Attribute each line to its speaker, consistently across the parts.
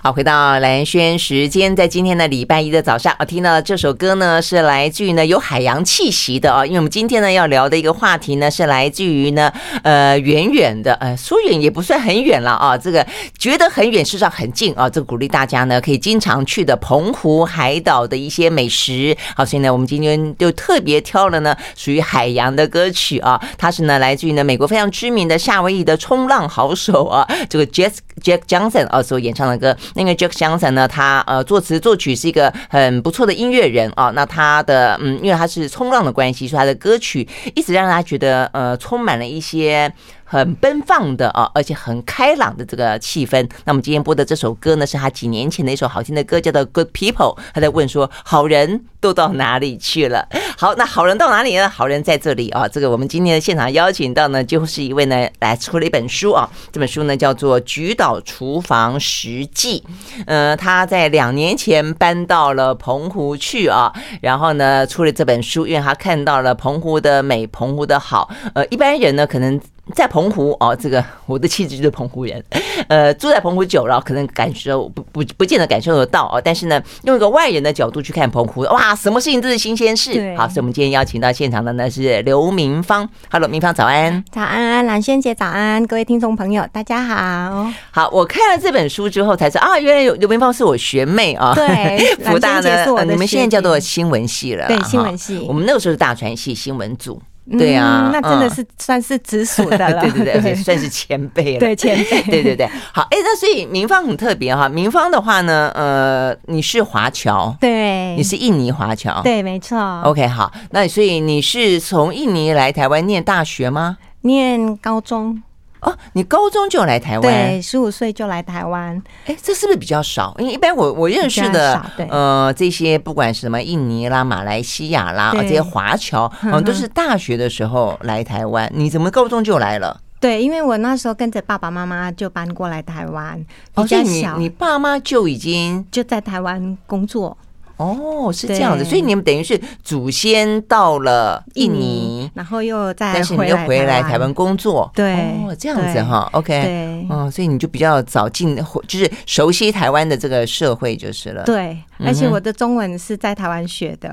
Speaker 1: 好，回到蓝轩时间，在今天的礼拜一的早上，啊，听到这首歌呢是来自于呢有海洋气息的啊、哦，因为我们今天呢要聊的一个话题呢是来自于呢呃远远的，呃说远也不算很远了啊，这个觉得很远，事实上很近啊，这个鼓励大家呢可以经常去的澎湖海岛的一些美食。好，所以呢我们今天就特别挑了呢属于海洋的歌曲啊，它是呢来自于呢美国非常知名的夏威夷的冲浪好手啊， 这个 Jack Jack Johnson 啊所演唱的歌。那个 Jack Johnson 呢，他呃作词作曲是一个很不错的音乐人啊。那他的嗯，因为他是冲浪的关系，所以他的歌曲一直让大家觉得呃充满了一些很奔放的啊，而且很开朗的这个气氛。那我们今天播的这首歌呢，是他几年前的一首好听的歌，叫做《Good People》。他在问说，好人都到哪里去了？ 好，那好人到哪里呢？好人在这里啊。这个我们今天的现场邀请到呢，就是一位呢来出了一本书啊，这本书呢叫做《菊岛厨房实记》。呃，他在两年前搬到了澎湖去啊，然后呢出了这本书，因为他看到了澎湖的美，澎湖的好。呃，一般人呢可能在澎湖哦，这个我的妻子就是澎湖人，呃，住在澎湖久了，可能感受不不不见得感受得到哦。但是呢，用一个外人的角度去看澎湖，哇，什么事情都是新鲜事。
Speaker 2: 对
Speaker 1: 好，所以我们今天邀请到现场的呢是刘明芳，Hello，明芳早安。
Speaker 2: 早安，蓝轩姐早安，各位听众朋友，大家 好。
Speaker 1: 好，我看了这本书之后才知道啊，原来刘刘明芳是我学妹啊。
Speaker 2: 对，
Speaker 1: 福大
Speaker 2: 蓝轩姐
Speaker 1: 呢
Speaker 2: 是，我
Speaker 1: 呃
Speaker 2: 的学姐、
Speaker 1: 你们现在叫做新闻系了啦，
Speaker 2: 对
Speaker 1: 哈
Speaker 2: 新闻系
Speaker 1: 我们那个时候是大传系新闻组，对啊，
Speaker 2: 那真的
Speaker 1: 嗯
Speaker 2: 是算是直属的 了，
Speaker 1: 对对对， 而且算是前辈了，
Speaker 2: 对前辈
Speaker 1: 对对对。好，哎，那所以民芳很特别哈，民芳的话呢，呃，你是华侨，
Speaker 2: 对，
Speaker 1: 你是哦印尼华侨，。
Speaker 2: 对，没错，
Speaker 1: OK，好，那所以你是从印尼来台湾念大学吗？
Speaker 2: 念高中，
Speaker 1: 哦，你高中就来台湾
Speaker 2: 对，，十五岁就来台湾，
Speaker 1: 哎，这是不是比较少？因为一般我我认识
Speaker 2: 比较
Speaker 1: 的
Speaker 2: 少对，
Speaker 1: 呃，这些不管是什么印尼啦、马来西亚啦，
Speaker 2: 对嗯
Speaker 1: 啊这些华侨，好像都是大学的时候来台湾。你怎么高中就来了？
Speaker 2: 对，因为我那时候跟着爸爸妈妈就搬过来台湾，比
Speaker 1: 哦，所
Speaker 2: 较
Speaker 1: 以你
Speaker 2: 小，
Speaker 1: 你爸妈就已经
Speaker 2: 就在台湾工作，
Speaker 1: 哦是这样子，
Speaker 2: 对
Speaker 1: 所以你们等于是祖先到了印尼，
Speaker 2: 然后又再
Speaker 1: 但是你们
Speaker 2: 哎回
Speaker 1: 又
Speaker 2: 来
Speaker 1: 回来台湾工作。
Speaker 2: 对
Speaker 1: 哦，这样子哈，OK。
Speaker 2: 对
Speaker 1: 哦，所以你就比较早进，就是熟悉台湾的这个社会就是了。
Speaker 2: 对，而且我的中文是在台湾学的。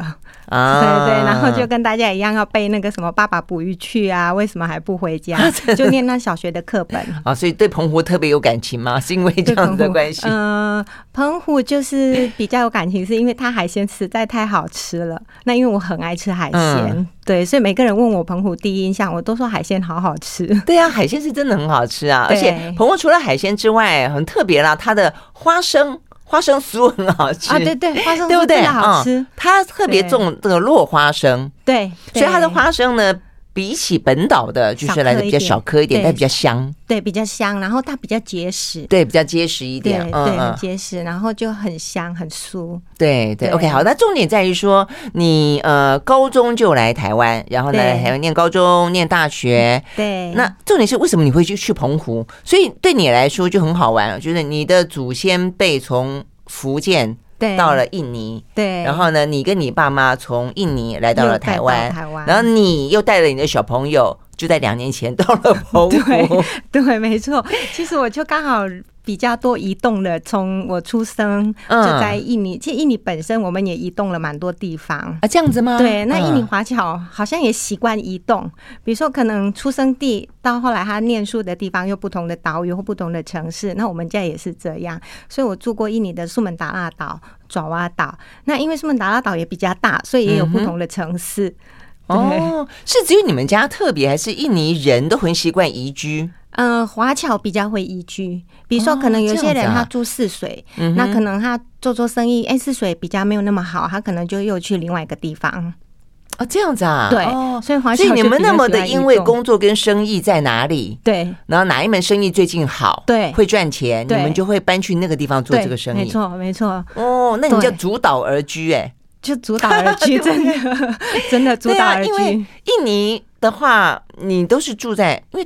Speaker 1: 啊
Speaker 2: 对对，然后就跟大家一样要背那个什么“爸爸捕鱼去 啊，为什么还不回家”，就念那小学的课本。
Speaker 1: 啊，所以对澎湖特别有感情吗？是因为这样子的关系？
Speaker 2: 嗯、呃，澎湖就是比较有感情，是因为它海鲜实在太好吃了。那因为我很爱吃海鲜，
Speaker 1: 嗯
Speaker 2: 对，所以每个人问我澎湖第一印象，我都说海鲜好好吃。
Speaker 1: 对啊，海鲜 是真的很好吃啊，而
Speaker 2: 对
Speaker 1: 且澎湖除了海鲜之外，很特别啦，它的花生花生酥很好吃
Speaker 2: 啊，对对，花生
Speaker 1: 对不
Speaker 2: 酥真
Speaker 1: 对？
Speaker 2: 的好吃，
Speaker 1: 嗯，它特别
Speaker 2: 对
Speaker 1: 种这个落花生，
Speaker 2: 对，
Speaker 1: 所以它的
Speaker 2: 对
Speaker 1: 花生呢，比起本岛的，就是
Speaker 2: 少
Speaker 1: 来的
Speaker 2: 颗
Speaker 1: 比
Speaker 2: 一
Speaker 1: 较
Speaker 2: 点
Speaker 1: 少颗一点，
Speaker 2: 对
Speaker 1: 但比较香，
Speaker 2: 对比较香，然后它比较结实。
Speaker 1: 对，比较结实一
Speaker 2: 对
Speaker 1: 点。
Speaker 2: 对，
Speaker 1: 嗯
Speaker 2: 很结实，然后就很香很酥。
Speaker 1: 对对
Speaker 2: 对
Speaker 1: ，OK，好，那重点在于说，你呃高中就来台湾，然后呢，
Speaker 2: 对
Speaker 1: 还要念高中、念大学，
Speaker 2: 对，
Speaker 1: 那重点是为什么你会去去澎湖？所以对你来说就很好玩了，就是你的祖先辈从福建
Speaker 2: 对
Speaker 1: 到了印尼，
Speaker 2: 对，
Speaker 1: 然后呢，你跟你爸妈从印尼来到
Speaker 2: 又
Speaker 1: 了
Speaker 2: 带
Speaker 1: 台
Speaker 2: 到
Speaker 1: 湾，
Speaker 2: 台湾
Speaker 1: 然后你又带了你的小朋友，就在两年前到了澎湖
Speaker 2: 对。 对，没错。其实我就刚好比较多移动了，从我出生
Speaker 1: 嗯
Speaker 2: 就在印尼，其实印尼本身我们也移动了蛮多地方。
Speaker 1: 啊，这样子吗？
Speaker 2: 对，那印尼
Speaker 1: 嗯
Speaker 2: 华侨好像也习惯移动，比如说可能出生地到后来他念书的地方又不同的岛屿或不同的城市，那我们家也是这样，所以我住过印尼的苏门答腊岛、爪哇岛，那因为苏门答腊岛也比较大，所以也
Speaker 1: 嗯
Speaker 2: 有不同的城市。
Speaker 1: 哦，是只有你们家特别，还是印尼人都很习惯移居？
Speaker 2: 呃，华侨比较会移居，比如说
Speaker 1: 哦
Speaker 2: 可能有
Speaker 1: 这
Speaker 2: 些
Speaker 1: 样子
Speaker 2: 人
Speaker 1: 啊
Speaker 2: 他住泗水，
Speaker 1: 嗯哼
Speaker 2: 那可能他做做生意，哎、泗水比较没有那么好，他可能就又去另外一个地方。
Speaker 1: 哦，这样子啊，
Speaker 2: 对
Speaker 1: 哦
Speaker 2: 所以华侨
Speaker 1: 所以你
Speaker 2: 就
Speaker 1: 们
Speaker 2: 比
Speaker 1: 那
Speaker 2: 较
Speaker 1: 么
Speaker 2: 喜
Speaker 1: 的
Speaker 2: 欢移
Speaker 1: 因为
Speaker 2: 动
Speaker 1: 工作跟生意在哪里？
Speaker 2: 对
Speaker 1: 然后哪一门生意最近好，
Speaker 2: 对
Speaker 1: 会赚钱，你
Speaker 2: 对
Speaker 1: 们就会搬去那个地方做
Speaker 2: 对，
Speaker 1: 这个生
Speaker 2: 没
Speaker 1: 意。
Speaker 2: 错没错，
Speaker 1: 哦，那你叫
Speaker 2: 对
Speaker 1: 主导而居、哎，
Speaker 2: 就主导而 居，真的 真的主
Speaker 1: 对
Speaker 2: 导
Speaker 1: 啊，
Speaker 2: 而
Speaker 1: 因为
Speaker 2: 居。
Speaker 1: 印尼的话，你都是住在，因为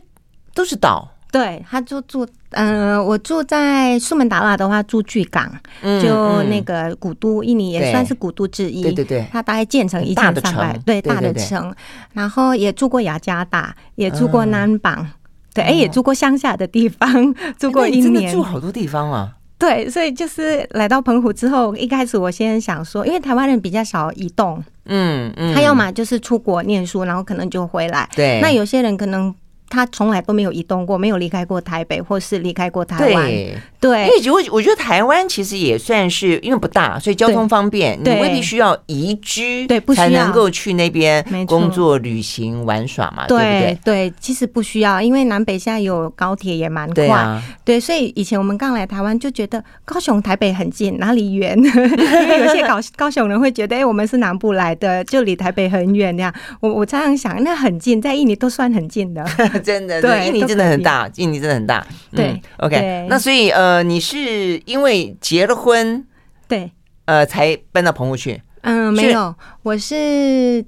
Speaker 1: 都是岛，
Speaker 2: 对，他就住，嗯、我住在苏门答腊的话住巨港，
Speaker 1: 嗯
Speaker 2: 就那
Speaker 1: 嗯
Speaker 2: 个古都，印尼
Speaker 1: 对
Speaker 2: 也算是古都之一。
Speaker 1: 对对对
Speaker 2: 它大概建成
Speaker 1: 很
Speaker 2: 一
Speaker 1: 大
Speaker 2: 千
Speaker 1: 的
Speaker 2: 三百
Speaker 1: 城，
Speaker 2: 对
Speaker 1: 对
Speaker 2: 大的
Speaker 1: 对对
Speaker 2: 城，然后也住过雅加达，也住过
Speaker 1: 嗯哦
Speaker 2: 南邦，对，哎，也住过乡下的地方，住过
Speaker 1: 哎那
Speaker 2: 一
Speaker 1: 你真的
Speaker 2: 年
Speaker 1: 住。好多地方啊，
Speaker 2: 对，所以就是来到澎湖之后，一开始我先想说，因为台湾人比较少移动，
Speaker 1: 嗯嗯，
Speaker 2: 他要么就是出国念书，然后可能就回来。
Speaker 1: 对，
Speaker 2: 那有些人可能他从来都没有移动过，没有离开过台北，或是离开过台湾。
Speaker 1: 对。因
Speaker 2: 对，
Speaker 1: 为如果我觉得台湾其实也算是因为不大，所以交通方便，你
Speaker 2: 对
Speaker 1: 未必需要移居，
Speaker 2: 对不需要
Speaker 1: 才能够去那边
Speaker 2: 没错
Speaker 1: 工作、旅行、玩耍嘛，对不
Speaker 2: 对
Speaker 1: 对？
Speaker 2: 对，其实不需要，因为南北现在有高铁也蛮快
Speaker 1: 对，啊，
Speaker 2: 对，所以以前我们刚来台湾就觉得高雄、台北很近，哪里远？ 因为有 些高高雄人会觉得，哎、我们是南部来的，就离台北很远那样。我我常常想，那很近，在印尼都算很近 的。
Speaker 1: 真的，
Speaker 2: 对
Speaker 1: 对，印尼真的很大，印尼真的很大。
Speaker 2: 对
Speaker 1: 嗯，OK
Speaker 2: 对。
Speaker 1: 那所以呃，你是因为结了婚
Speaker 2: 对，
Speaker 1: 呃才搬到澎湖去？
Speaker 2: 嗯，没有，我是。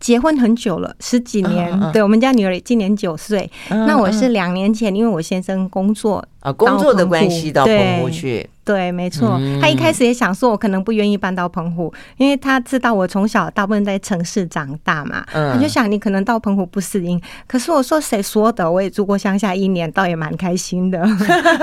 Speaker 2: 结婚很久了，十几年。
Speaker 1: 嗯嗯嗯
Speaker 2: 对我们家女儿今年九岁。那我是两年前，因为我先生工作，
Speaker 1: 啊工作的
Speaker 2: 到澎湖
Speaker 1: 关系到
Speaker 2: 对
Speaker 1: 澎湖去，
Speaker 2: 对，没错。
Speaker 1: 嗯
Speaker 2: 他一开始也想说，我可能不愿意搬到澎湖，因为他知道我从小大部分在城市长大嘛，
Speaker 1: 嗯
Speaker 2: 他就想你可能到澎湖不适应。可是我说谁说的？我也住过乡下一年，倒也蛮开 心的。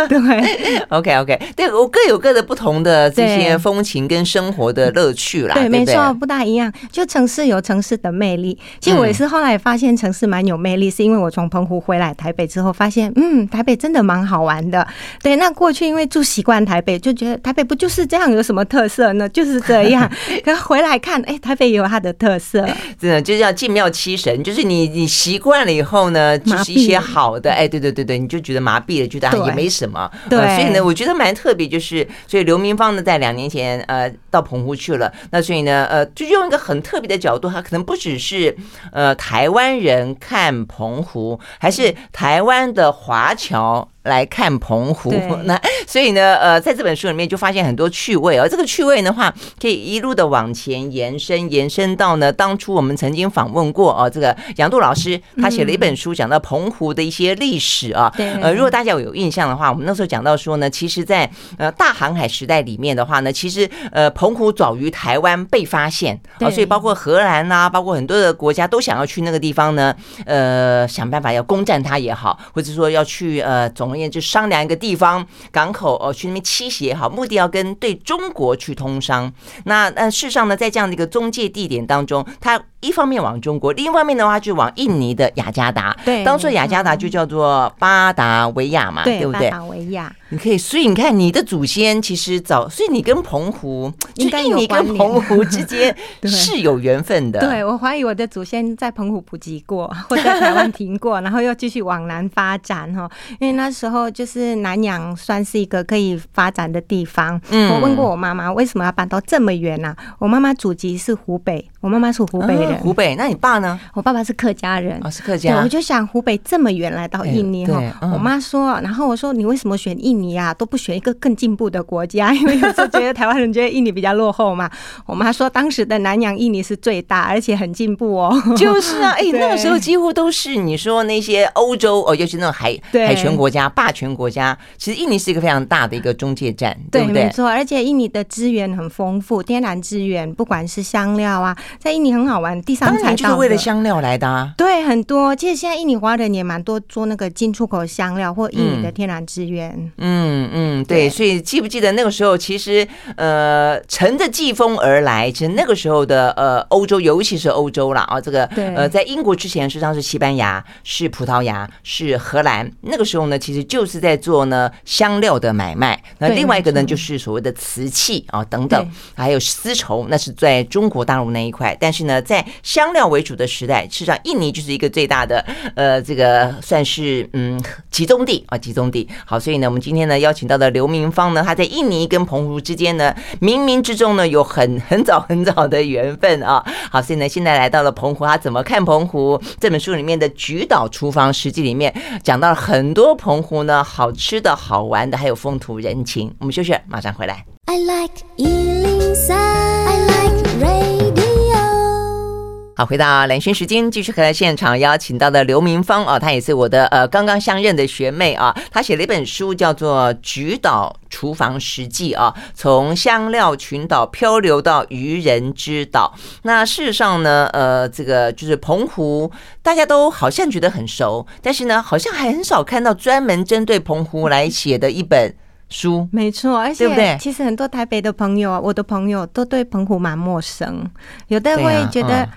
Speaker 2: 对
Speaker 1: OK OK，对我各有各的不同的这些
Speaker 2: 对
Speaker 1: 风情跟生活的乐趣啦，
Speaker 2: 对，
Speaker 1: 对不
Speaker 2: 没
Speaker 1: 对？
Speaker 2: 错，不大一样。就城市有城市的魅力。
Speaker 1: 嗯
Speaker 2: 其实我也是后来发现城市蛮有魅力，是因为我从澎湖回来台北之后，发现嗯，台北真的蛮好玩的。对，那过去因为住习惯台北，就觉得台北不就是这样，有什么特色呢？就是这 样。可是回来看，哎、台北也有它的特色。
Speaker 1: 真的就是要进庙七神，就是你你习惯了以后呢，就
Speaker 2: 麻痹
Speaker 1: 是一些好的，哎，对对对对，你就觉得麻痹了，觉得啊
Speaker 2: 对
Speaker 1: 也没什么，
Speaker 2: 对
Speaker 1: 呃所以呢，我觉得蛮特别，就是所以刘明芳呢，在两年前呃到澎湖去了，那所以呢，呃，就用一个很特别的角度，他可能不只是呃台湾人看澎湖，还
Speaker 2: 嗯
Speaker 1: 是台湾的华侨。来看澎湖
Speaker 2: 对，
Speaker 1: 那所以呢，呃，在这本书里面就发现很多趣味哦。这个趣味的话，可以一路的往前延伸，延伸到呢，当初我们曾经访问过哦，这个杨度老师他写了一本书，讲到澎湖的一些历史啊。
Speaker 2: 对
Speaker 1: 呃，如果大家有印象的话，我们那时候讲到说呢，其实在，呃大航海时代里面的话呢，其实呃澎湖早于台湾被发现啊、
Speaker 2: 对
Speaker 1: 所以包括荷兰呐、包括很多的国家都想要去那个地方呢，呃想办法要攻占它也好，或者说要去呃总而言之商量一个地方港口哦、去那边栖息也好，目的要跟对中国去通商。那但事实上呢，在这样的一个中介地点当中，它一方面往中国，另一方面的话就往印尼的雅加达。
Speaker 2: 对
Speaker 1: 当初雅加达就叫做巴达维亚嘛，对不
Speaker 2: 巴
Speaker 1: 对？
Speaker 2: 达维亚
Speaker 1: 你可以，所以你看你的祖先其实早，所以你跟澎湖，就
Speaker 2: 应该
Speaker 1: 印
Speaker 2: 有
Speaker 1: 尼
Speaker 2: 关
Speaker 1: 跟
Speaker 2: 联
Speaker 1: 澎湖之间
Speaker 2: 对
Speaker 1: 是有缘分的。
Speaker 2: 对我怀疑我的祖先在澎湖普及过， 或在台湾停过， 然后又继续往南发展哈。因为那时候就是南洋算是一个可以发展的地方。
Speaker 1: 嗯
Speaker 2: 我问过我妈妈为什么要搬到这么远呢、我妈妈祖籍是湖北，我妈妈是湖北人，
Speaker 1: 啊湖北，那你爸呢？
Speaker 2: 我爸爸是客家人。
Speaker 1: 哦，是客
Speaker 2: 对，
Speaker 1: 家
Speaker 2: 我。就想湖北这么远来到印尼
Speaker 1: 哎
Speaker 2: 哈
Speaker 1: 对，嗯
Speaker 2: 我妈说，然后我说你为什么选印尼啊？都不选一个更进步的国家，因为有时候觉得台湾人觉得印尼比较落后嘛。 我妈说当时的南洋印尼是最大，而且很进步哦。
Speaker 1: 就是 啊，哎、
Speaker 2: 对
Speaker 1: 那个时候几乎都是你说那些欧洲哦，尤其那种海
Speaker 2: 对
Speaker 1: 海权国家、霸权国家，其实印尼是一个非常大的一个中介站， 对不
Speaker 2: 没
Speaker 1: 对？
Speaker 2: 错，而且印尼的资源很丰富，天然资源，不管是香料啊，在印尼很好玩，地上
Speaker 1: 当
Speaker 2: 采
Speaker 1: 年就
Speaker 2: 到
Speaker 1: 是
Speaker 2: 的。
Speaker 1: 为了香料来的啊。
Speaker 2: 对，很多。其实现在印尼华人也蛮多做那个进出口香料或印尼的天然资源。
Speaker 1: 嗯嗯，对，
Speaker 2: 对
Speaker 1: 所以记不记得那个时候，其实呃，乘着季风而来，其实那个时候的呃，欧洲，尤其是欧洲啦啊，这个
Speaker 2: 对
Speaker 1: 呃，在英国之前，实际上是西班牙、是葡萄牙、是荷兰，那个时候呢，其实就是在做呢香料的买卖。那
Speaker 2: 对
Speaker 1: 另外一个呢，
Speaker 2: 没错
Speaker 1: 就是所谓的瓷器啊等等
Speaker 2: 对，
Speaker 1: 还有丝绸，那是在中国大陆那一块。但是呢，在香料为主的时代，事实上印尼就是一个最大的呃，这个算是嗯集中地啊，集中地。好，所以呢，我们今天呢邀请到的刘明芳呢，他在印尼跟澎湖之间呢，冥冥之中呢有很 很早很早的缘分啊。好，所以呢，现在来到了澎湖，他怎么看澎湖？这本书里面的《菊岛厨房实记》里面讲到了很多澎湖呢好吃的好玩的，还有风土人情。我们休息了，马上回来。
Speaker 3: I like Ealing Sound. I like radio.
Speaker 1: 好，回到蓝轩时间，继续和现场邀请到的刘明芳啊，她也是我的呃刚刚相认的学妹啊，她写了一本书叫做《菊岛厨房实记》啊，从香料群岛漂流到渔人之岛。那事实上呢，呃，这个就是澎湖，大家都好像觉得很熟，但是呢，好像还很少看到专门针对澎湖来写的一本书，
Speaker 2: 没错，而
Speaker 1: 对不对
Speaker 2: 且其实很多台北的朋友啊，我的朋友都对澎湖蛮陌生，有的
Speaker 1: 对
Speaker 2: 会
Speaker 1: 啊
Speaker 2: 觉得
Speaker 1: 嗯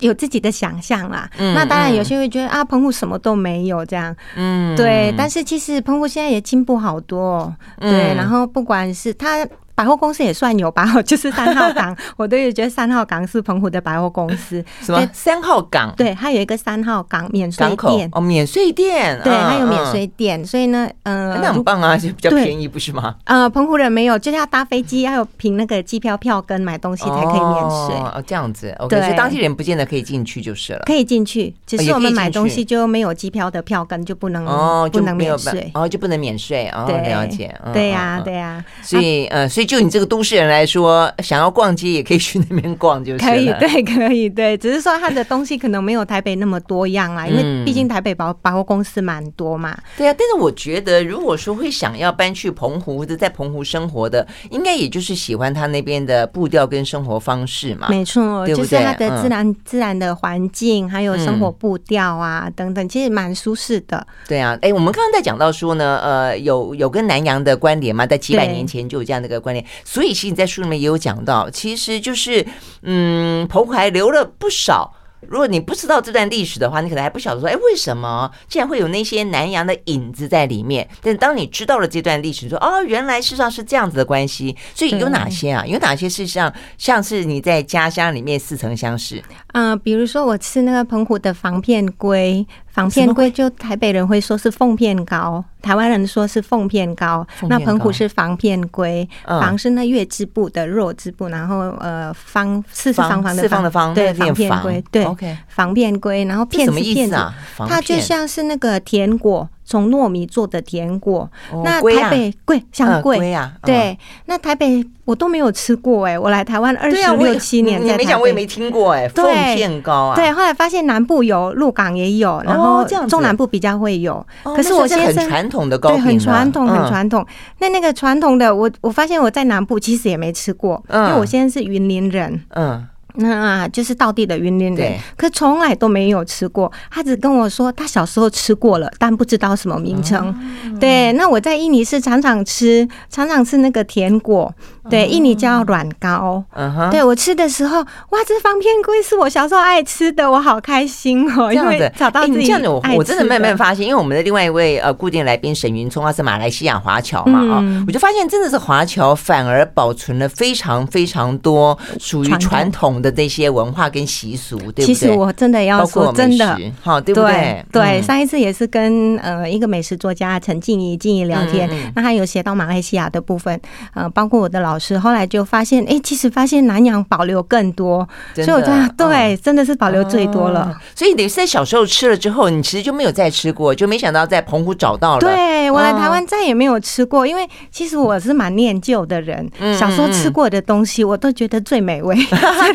Speaker 2: 有自己的想象啦。
Speaker 1: 嗯
Speaker 2: 那当然，
Speaker 1: 嗯
Speaker 2: 有些会觉得、啊，澎湖什么都没有这样。
Speaker 1: 嗯，
Speaker 2: 对，但是其实澎湖现在也进步好多哦、对，
Speaker 1: 嗯
Speaker 2: 然后不管是它。百货公司也算有吧， 就是三号 港，我都有觉得三号港是澎湖的百货公司，
Speaker 1: 什么
Speaker 2: 对
Speaker 1: 三号港
Speaker 2: 对，它有一个三号港免税
Speaker 1: 港口
Speaker 2: 店，
Speaker 1: 哦，免税店，
Speaker 2: 对，
Speaker 1: 嗯
Speaker 2: 它有免
Speaker 1: 嗯
Speaker 2: 税店，所以呢，呃，
Speaker 1: 那
Speaker 2: 如
Speaker 1: 很棒啊，就比较
Speaker 2: 对
Speaker 1: 便宜，不是吗？
Speaker 2: 呃，澎湖人没有，就是要搭飞机，要有凭那个机票票根买东西才可以免税，
Speaker 1: 哦，哦这样子，OK，
Speaker 2: 对
Speaker 1: 所以当地人不见得可以进去就是了。
Speaker 2: 可以进去。只
Speaker 1: 哦也可
Speaker 2: 是
Speaker 1: 以
Speaker 2: 我们买
Speaker 1: 进去
Speaker 2: 东西就没有机票的票根就不能、
Speaker 1: 哦，
Speaker 2: 不
Speaker 1: 就
Speaker 2: 能
Speaker 1: 没有
Speaker 2: 免
Speaker 1: 办
Speaker 2: 税，。
Speaker 1: 哦，就不能免税哦，
Speaker 2: 对，
Speaker 1: 了解，嗯
Speaker 2: 对呀、
Speaker 1: 嗯嗯
Speaker 2: 对啊呀、
Speaker 1: 所以呃，所以就你这个都市人来说，想要逛街也可以去那边逛，就是
Speaker 2: 可以，
Speaker 1: 了，
Speaker 2: 对，可以，对，只是说它的东西可能没有台北那么多样啦，因为
Speaker 1: 嗯
Speaker 2: 毕竟台北百百货公司蛮多嘛。
Speaker 1: 对啊。但是我觉得，如果说会想要搬去澎湖的，在澎湖生活的，应该也就是喜欢他那边的步调跟生活方式嘛。
Speaker 2: 没错，
Speaker 1: 啊对不
Speaker 2: 就是它
Speaker 1: 对
Speaker 2: 的自然、自然的环境，还有生活
Speaker 1: 嗯
Speaker 2: 步调啊、等等，其实蛮舒适的。
Speaker 1: 对啊，哎，我们刚刚在讲到说呢，呃，有有跟南洋的关联嘛，在几百
Speaker 2: 对
Speaker 1: 年前就有这样的一个关联，所以其实你在书里面也有讲到，其实就是嗯，澎湖还留了不少。如果你不知道这段历史的话，你可能还不晓得说，哎，为什么竟然会有那些南洋的影子在里面？但当你知道了这段历史，你说哦，原来事实上是这样子的关系。所以有哪些啊？有哪些事实上像是你在家乡里面似曾相识？
Speaker 2: 嗯、比如说我吃那个澎湖的防片龟，防片龟就台北人会说是凤片糕，台湾人说是凤片糕，
Speaker 1: 凤片
Speaker 2: 那
Speaker 1: 糕
Speaker 2: 澎湖是防片龟，
Speaker 1: 嗯
Speaker 2: 防是那月字部的肉字部，然后呃方四四方方的
Speaker 1: 四方的方，
Speaker 2: 对，
Speaker 1: 那
Speaker 2: 防
Speaker 1: 念
Speaker 2: 片
Speaker 1: 房
Speaker 2: 龟，对，
Speaker 1: ，OK，
Speaker 2: 防片龟，然后
Speaker 1: 这
Speaker 2: 片
Speaker 1: 什
Speaker 2: 是
Speaker 1: 么
Speaker 2: 片
Speaker 1: 意思
Speaker 2: 子。
Speaker 1: 啊？防
Speaker 2: 它就
Speaker 1: 骗
Speaker 2: 像是那个甜果，从糯米做的甜果。
Speaker 1: 哦
Speaker 2: 那
Speaker 1: 龟
Speaker 2: 台
Speaker 1: 啊
Speaker 2: 北贵
Speaker 1: 嗯
Speaker 2: 像贵，
Speaker 1: 龟啊，嗯
Speaker 2: 对，那台北我都没有吃过哎、我来台湾二十
Speaker 1: 对啊，我
Speaker 2: 六
Speaker 1: 也
Speaker 2: 七年
Speaker 1: 你
Speaker 2: 在
Speaker 1: 你没
Speaker 2: 台
Speaker 1: 讲我也
Speaker 2: 北
Speaker 1: 没听过哎，
Speaker 2: 对
Speaker 1: 凤片糕啊，
Speaker 2: 对，后来发现南部有，鹿港也有，然后
Speaker 1: 哦这样子
Speaker 2: 中南部比较会有。
Speaker 1: 哦，
Speaker 2: 可是
Speaker 1: 那
Speaker 2: 我
Speaker 1: 这
Speaker 2: 先
Speaker 1: 很
Speaker 2: 生
Speaker 1: 传统的糕
Speaker 2: 对，
Speaker 1: 饼了，
Speaker 2: 很传统，很
Speaker 1: 嗯
Speaker 2: 传统。那那个传统的，我我发现我在南部其实也没吃过，因
Speaker 1: 嗯
Speaker 2: 为我现在是云林人，
Speaker 1: 嗯，
Speaker 2: 那、啊、就是道地的云林人
Speaker 1: 对，
Speaker 2: 可从来都没有吃过。他只跟我说他小时候吃过了，但不知道什么名
Speaker 1: 哦
Speaker 2: 称。对，那我在印尼是常常吃，常常吃那个甜果，
Speaker 1: 哦
Speaker 2: 对，印尼叫软糕。
Speaker 1: 嗯哼，
Speaker 2: 对我吃的时候，哇，这方片龟是我小时候爱吃的，我好开心哦，
Speaker 1: 这
Speaker 2: 因
Speaker 1: 样
Speaker 2: 为
Speaker 1: 子
Speaker 2: 找到
Speaker 1: 哎
Speaker 2: 自己
Speaker 1: 你这样子我
Speaker 2: 爱
Speaker 1: 我真的
Speaker 2: 吃
Speaker 1: 慢慢发现，因为我们的另外一位呃固定来宾沈云聪，他是马来西亚华侨嘛啊、
Speaker 2: 嗯
Speaker 1: 我就发现真的是华侨反而保存了非常非常多属于
Speaker 2: 传统
Speaker 1: 传统的这些文化跟习俗，对不对？
Speaker 2: 其实我真的要
Speaker 1: 包
Speaker 2: 说
Speaker 1: 括
Speaker 2: 真的
Speaker 1: 美。食，好，对不
Speaker 2: 对对，
Speaker 1: 嗯
Speaker 2: 上一次也是跟呃一个美食作家陈静怡静怡聊天，
Speaker 1: 嗯嗯嗯
Speaker 2: 那他有写到马来西亚的部分，呃，包括我的老师，后来就发现，哎，其实发现南洋保留更多，所
Speaker 1: 真
Speaker 2: 以我
Speaker 1: 的
Speaker 2: 觉得
Speaker 1: 嗯
Speaker 2: 对，真的是保留最多
Speaker 1: 哦
Speaker 2: 了。
Speaker 1: 所以你是在小时候吃了之后，你其实就没有再吃过，就没想到在澎湖找到了。
Speaker 2: 对我来
Speaker 1: 哦
Speaker 2: 台湾再也没有吃过，因为其实我是蛮念旧的人，
Speaker 1: 嗯
Speaker 2: 小时候
Speaker 1: 嗯
Speaker 2: 吃
Speaker 1: 嗯
Speaker 2: 过的东西我都觉得最美味。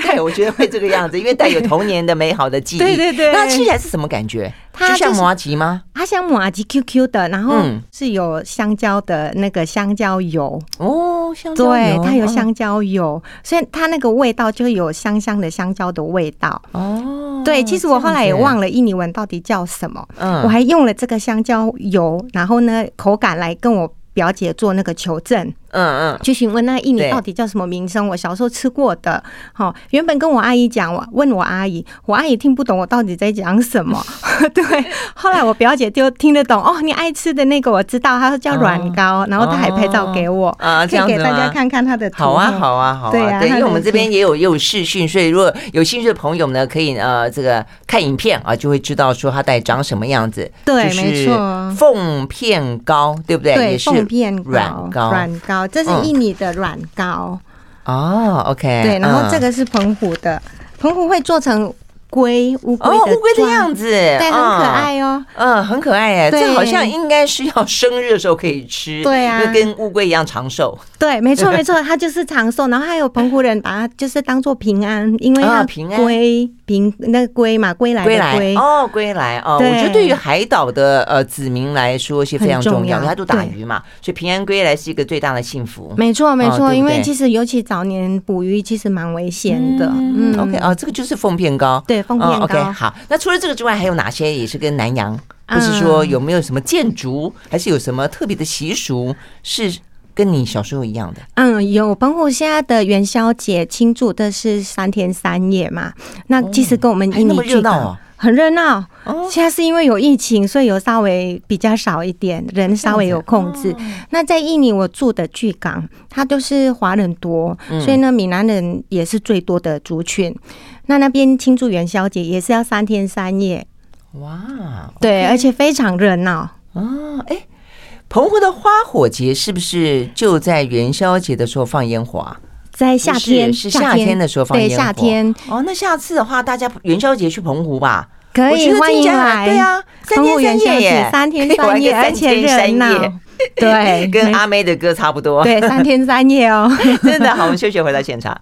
Speaker 1: 对，我觉得会这个样子，因为带有童年的美好的记忆。
Speaker 2: 对对对
Speaker 1: 那吃起来是什么感觉？
Speaker 2: 它
Speaker 1: 就像
Speaker 2: 就是
Speaker 1: 麻吉吗？
Speaker 2: 它像马吉 QQ 的，然后
Speaker 1: 嗯
Speaker 2: 是有香蕉的那个香蕉油，
Speaker 1: 哦，香蕉
Speaker 2: 对，它有
Speaker 1: 嗯
Speaker 2: 香蕉油，所以它那个味道就有香香的香蕉的味道。
Speaker 1: 哦。
Speaker 2: 对，其实我后来也忘
Speaker 1: 了，
Speaker 2: 了印尼文到底叫什么，
Speaker 1: 嗯
Speaker 2: 我还用了这个香蕉油，然后呢口感来跟我表姐做那个求证。
Speaker 1: 嗯嗯，
Speaker 2: 去询问那印尼
Speaker 1: 对
Speaker 2: 到底叫什么名称，我小时候吃过的。好、原本跟我阿姨讲，我问我阿姨，我阿姨听不懂我到底在讲什么。 对，后来我表姐就听得懂。哦，你爱吃的那个我知道，它叫软膏，然后她还拍照给我，
Speaker 1: 啊，
Speaker 2: 可
Speaker 1: 这
Speaker 2: 以
Speaker 1: 样
Speaker 2: 给
Speaker 1: 子
Speaker 2: 大家
Speaker 1: 吗？
Speaker 2: 看看它的图。
Speaker 1: 好啊，。好啊，好啊，
Speaker 2: 对啊
Speaker 1: 因
Speaker 2: 它
Speaker 1: 为我
Speaker 2: 的
Speaker 1: 们这边
Speaker 2: 图
Speaker 1: 也有也有视讯，所以如果有兴趣的朋友呢，可以呃这个看影片啊，就会知道说它大概长什么样子。
Speaker 2: 对
Speaker 1: 就是
Speaker 2: 没错
Speaker 1: 凤片糕，对不对？
Speaker 2: 对，
Speaker 1: 也是
Speaker 2: 凤片
Speaker 1: 软
Speaker 2: 膏
Speaker 1: 膏，
Speaker 2: 软膏，这是
Speaker 1: 嗯
Speaker 2: 印尼的软膏。
Speaker 1: 哦，OK，
Speaker 2: 对，然后
Speaker 1: 嗯
Speaker 2: 这个是澎湖的，澎湖会做成龟乌龟
Speaker 1: 哦，
Speaker 2: 的
Speaker 1: 乌龟的
Speaker 2: 状
Speaker 1: 样子，
Speaker 2: 对，
Speaker 1: 对
Speaker 2: 很可。爱哦。
Speaker 1: 嗯，很可爱哎，
Speaker 2: 对
Speaker 1: 这好像应该是要生日的时候可以吃，
Speaker 2: 对啊
Speaker 1: 因为跟乌龟一样长寿
Speaker 2: 对，没错没错，它就是长寿，然后还有澎湖人把它就是当做平安，因为
Speaker 1: 啊
Speaker 2: 它
Speaker 1: 平安
Speaker 2: 归平那个归嘛，归来
Speaker 1: 归
Speaker 2: 的
Speaker 1: 来
Speaker 2: 归，
Speaker 1: 哦，归来哦，我
Speaker 2: 对
Speaker 1: 觉得对于海岛的呃子民来说是非常重
Speaker 2: 很重
Speaker 1: 要，
Speaker 2: 要
Speaker 1: 因为他都打
Speaker 2: 对
Speaker 1: 鱼嘛，所以平安归来是一个最大的幸福。
Speaker 2: 没错没
Speaker 1: 哦对不
Speaker 2: 错，
Speaker 1: 对
Speaker 2: 因为其实尤其早年捕鱼其实蛮危险的，嗯
Speaker 1: ，OK 哦，这个就是凤片糕。
Speaker 2: 对，凤
Speaker 1: 哦
Speaker 2: 片
Speaker 1: ，OK，
Speaker 2: 糕，
Speaker 1: 好。那除了这个之外，还有哪些也是跟南洋，或是说
Speaker 2: 嗯
Speaker 1: 有没有什么建筑，还是有什么特别的习俗是跟你小时候一样的？
Speaker 2: 嗯，有，包括现在的元宵节庆祝的是三天三夜嘛，那其实跟我们
Speaker 1: 还
Speaker 2: 印
Speaker 1: 那
Speaker 2: 尼
Speaker 1: 么
Speaker 2: 剧
Speaker 1: 热闹
Speaker 2: 的
Speaker 1: 哦。
Speaker 2: 很热闹。
Speaker 1: 哦，
Speaker 2: 现在是因为有疫情，所以有稍微比较少一点，人稍微有控
Speaker 1: 哦
Speaker 2: 制。那在印尼我住的巨港，它就是华人多，
Speaker 1: 嗯
Speaker 2: 所以呢，闽南人也是最多的族群。那那边庆祝元宵节也是要三天三夜，
Speaker 1: 哇，
Speaker 2: 对，而且非常热闹。
Speaker 1: 哦，哎，澎湖的花火节是不是就在元宵节的时候放烟火啊？
Speaker 2: 在夏天，
Speaker 1: 不是是夏天的时候放
Speaker 2: 对
Speaker 1: 烟火。
Speaker 2: 夏天
Speaker 1: 哦，那下次的话，大家元宵节去澎湖吧。
Speaker 2: 可
Speaker 1: 我觉
Speaker 2: 以
Speaker 1: 得
Speaker 2: 欢
Speaker 1: 听起
Speaker 2: 迎
Speaker 1: 来
Speaker 2: 来，
Speaker 1: 对啊，三
Speaker 2: 澎湖
Speaker 1: 天三
Speaker 2: 元宵
Speaker 1: 夜
Speaker 2: 节
Speaker 1: 耶，
Speaker 2: 三天
Speaker 1: 可以玩
Speaker 2: 三
Speaker 1: 个
Speaker 2: 夜，而
Speaker 1: 三
Speaker 2: 且
Speaker 1: 天
Speaker 2: 热
Speaker 1: 三
Speaker 2: 闹
Speaker 1: 夜，
Speaker 2: 对，
Speaker 1: 跟
Speaker 2: 没
Speaker 1: 阿妹的歌差不多。
Speaker 2: 对三天三夜哦。
Speaker 1: 真的好，我们休息回到现场。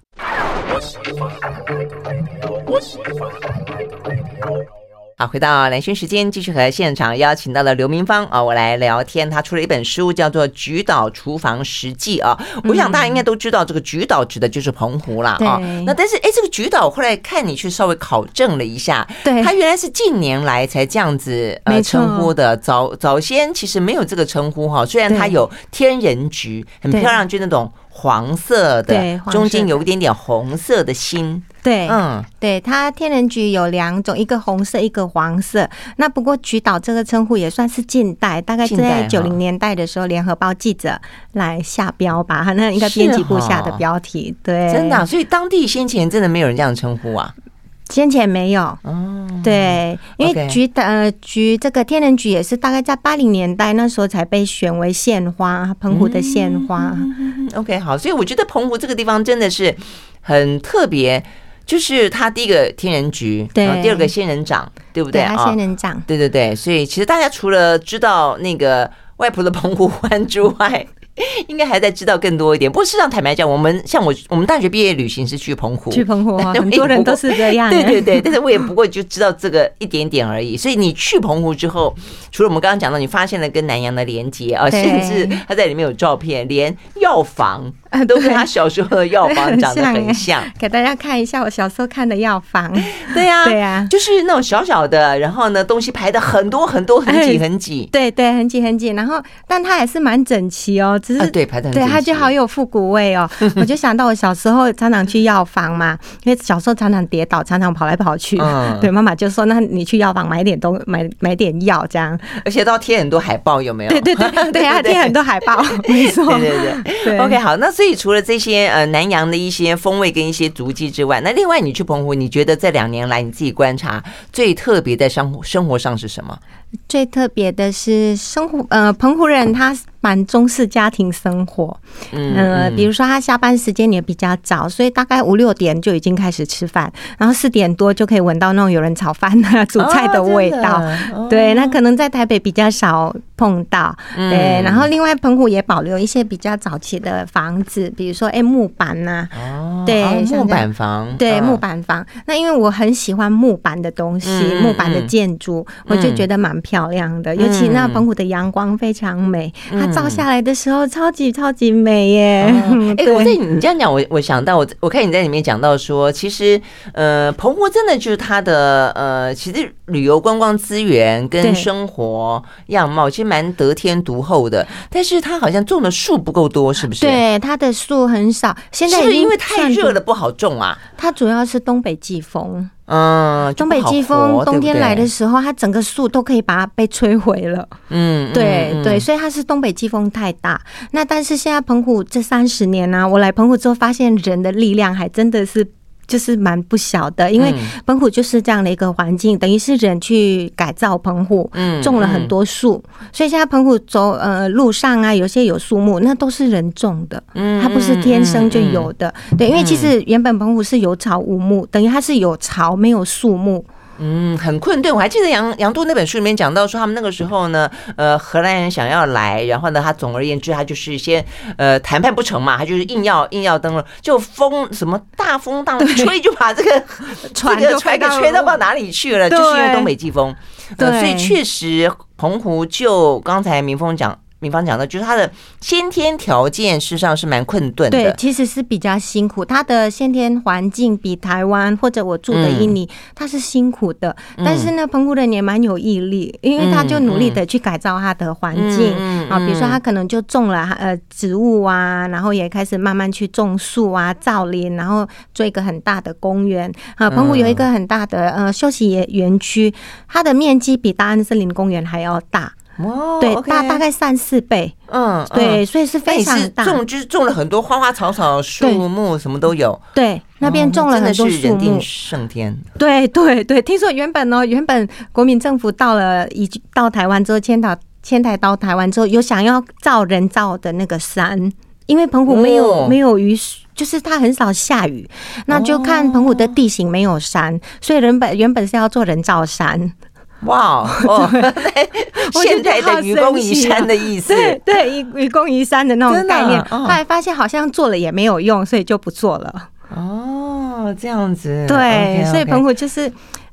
Speaker 1: 好，回到蓝轩时间，继续和现场邀请到了刘明芳啊，我来聊天。他出了一本书，叫做《菊岛厨房实记》啊。我想大家应该都知道，这个菊岛指的就是澎湖啦啊
Speaker 2: 对。
Speaker 1: 那但是，哎，这个菊岛后来看你去稍微考证了一下，
Speaker 2: 对
Speaker 1: 它原来是近年来才这样子呃
Speaker 2: 哎没错
Speaker 1: 称呼的，早早先其实没有这个称呼哈。虽然它
Speaker 2: 对
Speaker 1: 有天人菊，很漂
Speaker 2: 对
Speaker 1: 亮，就那种黄色
Speaker 2: 对
Speaker 1: 的，
Speaker 2: 黄色的
Speaker 1: 中间有一点点红色的心，
Speaker 2: 对，
Speaker 1: 嗯，
Speaker 2: 对，它天人菊有两种，一个红色，一个黄色。那不过菊岛这个称呼也算是近代，大概
Speaker 1: 近代
Speaker 2: 在
Speaker 1: 哈
Speaker 2: 九零年代的时候，联合报记者来下标吧， 那应该编辑部下的标题。对，
Speaker 1: 真的啊、所以当地先前真的没有人这样称呼啊。
Speaker 2: 先前没有。
Speaker 1: 哦，
Speaker 2: 对，因
Speaker 1: OK
Speaker 2: 为菊的呃菊这个天人菊也是大概在八零年代那时候才被选为献花，澎湖的献花。
Speaker 1: 嗯，OK，好，所以我觉得澎湖这个地方真的是很特别，就是它第一个天人局，
Speaker 2: 对
Speaker 1: 然后第二个仙人掌，对不
Speaker 2: 对，
Speaker 1: 啊？
Speaker 2: 它仙人掌。
Speaker 1: 对对对，所以其实大家除了知道那个外婆的澎湖湾之外， 应该还在知道更多一点。不过事实上，坦白讲，我们像我，我们大学毕业旅行是去澎湖，
Speaker 2: 去澎湖 啊，
Speaker 1: 对
Speaker 2: 很多人都是这样。
Speaker 1: 对对 对，但是我也不过就知道这个一点点而已。所以你去澎湖之后，除了我们刚刚讲到，你发现了跟南洋的连接啊，
Speaker 2: 对
Speaker 1: 甚至他在里面有照片，连药 房
Speaker 2: 啊
Speaker 1: 都跟他小时候的药房长得很像。
Speaker 2: 给大家看一下我小时候看的 药房。
Speaker 1: 对呀、
Speaker 2: 对啊
Speaker 1: 就是那种小小的，然后呢，东西排的很多很多，
Speaker 2: 哎
Speaker 1: 很挤很挤。
Speaker 2: 对对，很紧很紧，然后但它还是蛮整齐哦，只是、
Speaker 1: 啊，对，排的很
Speaker 2: 对它
Speaker 1: 整齐
Speaker 2: 就好有复古味 哦。我就想到我小时候常常去药房嘛，因为小时候常常跌倒，常常跑来跑去。
Speaker 1: 嗯
Speaker 2: 对，妈妈就说：“那你去药房买点东，买买点药这 样。
Speaker 1: 而且都要贴很多海报，有没有？
Speaker 2: 对对对对，还贴很多海报，没错。
Speaker 1: 对对对
Speaker 2: 对
Speaker 1: OK，好，那所以除了这些呃南洋的一些风味跟一些足迹之外，那另外你去澎湖，你觉得这两年来你自己观察最特别在生活生活上是什么？
Speaker 2: 最特别的是生活，呃，澎湖人他蛮重视家庭生活，
Speaker 1: 嗯
Speaker 2: 呃，比如说他下班时间也比较早，所以大概五六点就已经开始吃饭，然后四点多就可以闻到那种有人炒饭啊、煮菜
Speaker 1: 哦
Speaker 2: 的味道。对，那可能在台北比较少碰到。
Speaker 1: 嗯
Speaker 2: 对，然后另外澎湖也保留一些比较早期的房子，比如说哎、木板呐、
Speaker 1: 哦
Speaker 2: 对
Speaker 1: 哦
Speaker 2: 像
Speaker 1: 木
Speaker 2: 这样
Speaker 1: 板房，
Speaker 2: 对，
Speaker 1: 嗯
Speaker 2: 木。板房。那因为我很喜欢木板的东西，
Speaker 1: 嗯
Speaker 2: 木板的建筑，我就觉得蛮漂亮的。尤其那澎湖的阳光非常美，
Speaker 1: 嗯
Speaker 2: 它照下来的时候超级超级美 耶。
Speaker 1: 哦哎、
Speaker 2: 嗯对
Speaker 1: 我在你这样讲，我我想到我我看你在里面讲到说，其实呃，澎湖真的就是它的呃，其实旅游观光资源跟
Speaker 2: 对
Speaker 1: 生活样貌其实蛮得天独厚的，但是它好像种的树不够多，是不是？
Speaker 2: 对，它的树很少，现
Speaker 1: 是
Speaker 2: 在
Speaker 1: 不
Speaker 2: 已
Speaker 1: 是
Speaker 2: 经
Speaker 1: 因为太
Speaker 2: 算
Speaker 1: 热
Speaker 2: 多
Speaker 1: 了。不好种啊？
Speaker 2: 它主要是东北季风，
Speaker 1: 嗯，就
Speaker 2: 东
Speaker 1: 不
Speaker 2: 北
Speaker 1: 好
Speaker 2: 季风
Speaker 1: 活
Speaker 2: 冬天来，
Speaker 1: 对
Speaker 2: 的
Speaker 1: 不对
Speaker 2: 时候，它整个树都可以把它被摧毁了。
Speaker 1: 嗯，嗯
Speaker 2: 对
Speaker 1: 嗯
Speaker 2: 对，所以它是东北季风太大。那但是现在澎湖这三十年呢、我来澎湖之后发现人的力量还真的是。就是蛮不小的，
Speaker 1: 嗯
Speaker 2: 因为澎湖就是这样的一个环境，等于是人去改造澎湖，
Speaker 1: 嗯
Speaker 2: 种了很多树，所以现在澎湖走呃路上啊，有些有树木，那都是人种的，
Speaker 1: 嗯
Speaker 2: 它不是天生就有的。对，因为其实原本澎湖是有草无木，等于它是有草没有树木。
Speaker 1: 嗯，很困顿。我还记得杨杨度那本书里面讲到说，他们那个时候呢，呃，荷兰人想要来，然后呢，他总而言之，他就是先呃谈判不成嘛，他就是硬要硬要登了，就风什么大风大浪吹就把这个
Speaker 2: 船
Speaker 1: 这个
Speaker 2: 就
Speaker 1: 船
Speaker 2: 飞
Speaker 1: 给
Speaker 2: 到
Speaker 1: 吹到不知道哪里去了，就是因为
Speaker 2: 对
Speaker 1: 东北季风。呃
Speaker 2: 对
Speaker 1: 所以确实澎湖就刚才明峰讲。明芳讲的，就是他的先天条件事实上是蛮困顿
Speaker 2: 对，
Speaker 1: 的。
Speaker 2: 其实是比较辛苦，它的先天环境比台湾或者我住的印
Speaker 1: 嗯
Speaker 2: 尼，它是辛苦的。但是呢，澎湖人也蛮有毅力，因为他就努力的去改造他的环境
Speaker 1: 嗯嗯
Speaker 2: 啊，比如说他可能就种了呃植物啊，然后也开始慢慢去种树啊、造林，然后做一个很大的公园
Speaker 1: 嗯
Speaker 2: 啊。澎湖有一个很大的呃休息园区，它的面积比大安森林公园还要大，
Speaker 1: 哇
Speaker 2: 对，
Speaker 1: 哦 OK
Speaker 2: 大大概三四倍，
Speaker 1: 嗯，嗯
Speaker 2: 对，，所以是
Speaker 1: 那
Speaker 2: 非
Speaker 1: 你是
Speaker 2: 常大。
Speaker 1: 种就是种了很多花花草草、树
Speaker 2: 对
Speaker 1: 木，什么都有。
Speaker 2: 对，那边种了
Speaker 1: 哦真
Speaker 2: 很
Speaker 1: 的
Speaker 2: 多
Speaker 1: 是
Speaker 2: 树
Speaker 1: 人定
Speaker 2: 木。
Speaker 1: 胜天。
Speaker 2: 对对对，听说原本呢，呃原本国民政府到了已经到台湾之后，迁到迁台到台湾之后，有想要造人造的那个山，因为澎湖没有、
Speaker 1: 哦
Speaker 2: 没有雨水。就是它很少下雨，那就看澎湖的地形没有山，所以原本原本是要做人造山，
Speaker 1: 哇 哦，
Speaker 2: 我
Speaker 1: 现
Speaker 2: 就觉
Speaker 1: 代
Speaker 2: 得
Speaker 1: 的
Speaker 2: 好
Speaker 1: 愚公
Speaker 2: 神
Speaker 1: 移
Speaker 2: 奇啊
Speaker 1: 山的意思。
Speaker 2: 对对，愚愚公移山的那种
Speaker 1: 真的啊
Speaker 2: 概念。
Speaker 1: 哦
Speaker 2: 后来发现好像做了也没有用，所以就不做了。
Speaker 1: 哦，这样子。
Speaker 2: 对
Speaker 1: OK，OK
Speaker 2: 所以澎湖就是。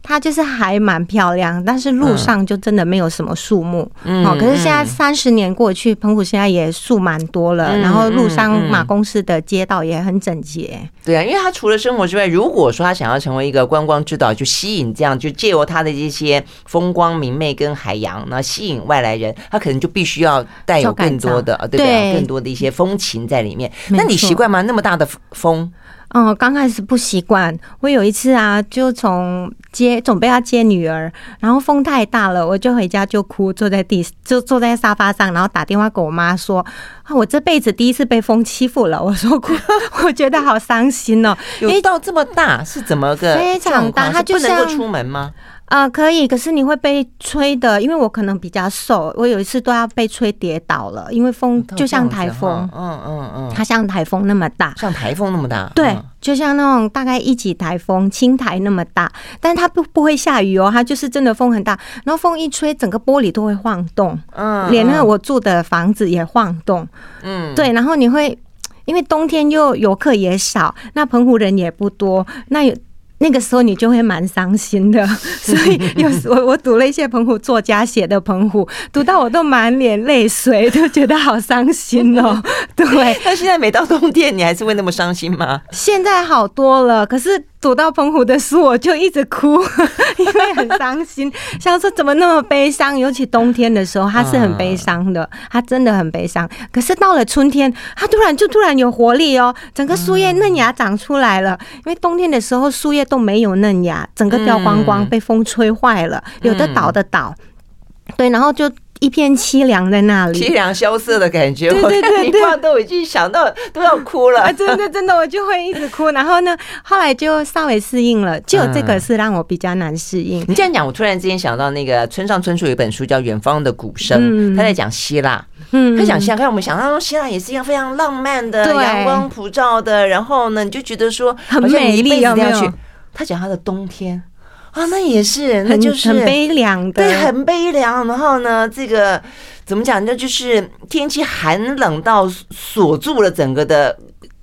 Speaker 2: 它就是还蛮漂亮，但是路上就真的没有什么树木、
Speaker 1: 嗯
Speaker 2: 哦。可是现在三十年过去，澎湖现在也树蛮多了，
Speaker 1: 嗯
Speaker 2: 然后路上
Speaker 1: 嗯嗯
Speaker 2: 马公市的街道也很整洁。
Speaker 1: 对啊，因为他除了生活之外，如果说他想要成为一个观光之岛，就吸引这样，就借由他的这些风光明媚跟海洋，那吸引外来人，他可能就必须要带有
Speaker 2: 做改
Speaker 1: 更多的，呃对不对？
Speaker 2: 对
Speaker 1: 更多的一些风情在里面。
Speaker 2: 没
Speaker 1: 那你
Speaker 2: 错
Speaker 1: 习惯吗？那么大的风，
Speaker 2: 哦，刚开始不习惯。我有一次啊，就从接准备要接女儿，然后风太大了，我就回家就哭，坐在地就坐在沙发上，然后打电话给我妈说：“啊，我这辈子第一次被风欺负了。”我说哭， 我觉得好伤心哦。因
Speaker 1: 有
Speaker 2: 为
Speaker 1: 到这么大是怎么个
Speaker 2: 非常大
Speaker 1: 状况
Speaker 2: 它
Speaker 1: 是
Speaker 2: 就
Speaker 1: 不能够
Speaker 2: 像
Speaker 1: 出门吗？
Speaker 2: 啊、可以，可是你会被吹的，因为我可能比较瘦，我有一次都要被吹跌倒了，因为风就像台风
Speaker 1: 嗯，嗯嗯嗯，
Speaker 2: 它像台风那么大。
Speaker 1: 像台风那么大，
Speaker 2: 对
Speaker 1: 嗯，
Speaker 2: 就像那种大概一级台风、青台那么大，但它不不会下雨哦，它就是真的风很大，然后风一吹，整个玻璃都会晃动，
Speaker 1: 嗯，
Speaker 2: 连那个我住的房子也晃动。
Speaker 1: 嗯，
Speaker 2: 对，然后你会因为冬天又游客也少，那澎湖人也不多，那有。那个时候你就会蛮伤心的，所以有时我我读了一些澎湖作家写的澎湖，读到我都满脸泪水，就觉得好伤心哦。对，
Speaker 1: 那现在每到冬天，你还是会那么伤心吗？
Speaker 2: 现在好多了，可是读到澎湖的书，我就一直哭， 因为很伤心，想说怎么那么悲伤。尤其冬天的时候，它是很悲伤的，它真的很悲伤。可是到了春天，它突然就突然有活力哦，整个树叶嫩芽长出来了。因为冬天的时候树叶都没有嫩芽，整个掉光光，
Speaker 1: 嗯
Speaker 2: 被风吹坏了，有的倒的倒，对，然后就一片凄凉在那 里。
Speaker 1: 凄凉萧瑟的感觉，
Speaker 2: 呃对对对
Speaker 1: 我看 你
Speaker 2: 对
Speaker 1: 爸都已经想到都要哭了
Speaker 2: 啊，。真 的真的，我就会一直哭。然后呢，后来就稍微适应了，就这个是让我比较难适应。
Speaker 1: 你这样讲，我突然之间想到那个村上春树有一本书叫《远方的鼓声》，
Speaker 2: 嗯
Speaker 1: 他在讲希腊，
Speaker 2: 嗯，
Speaker 1: 他讲希腊，看我们想象中希腊也是一样非常浪漫的、
Speaker 2: 对
Speaker 1: 阳光普照的，然后呢，你就觉得说
Speaker 2: 很
Speaker 1: 好像你一辈子
Speaker 2: 美
Speaker 1: 都
Speaker 2: 丽
Speaker 1: 要
Speaker 2: 有没
Speaker 1: 去
Speaker 2: 有。
Speaker 1: 他讲他的冬天啊，那也是，那
Speaker 2: 很
Speaker 1: 就是
Speaker 2: 很悲凉的，
Speaker 1: 对，很悲凉。然后呢，这个怎么讲？那就是天气寒冷到锁住了整个的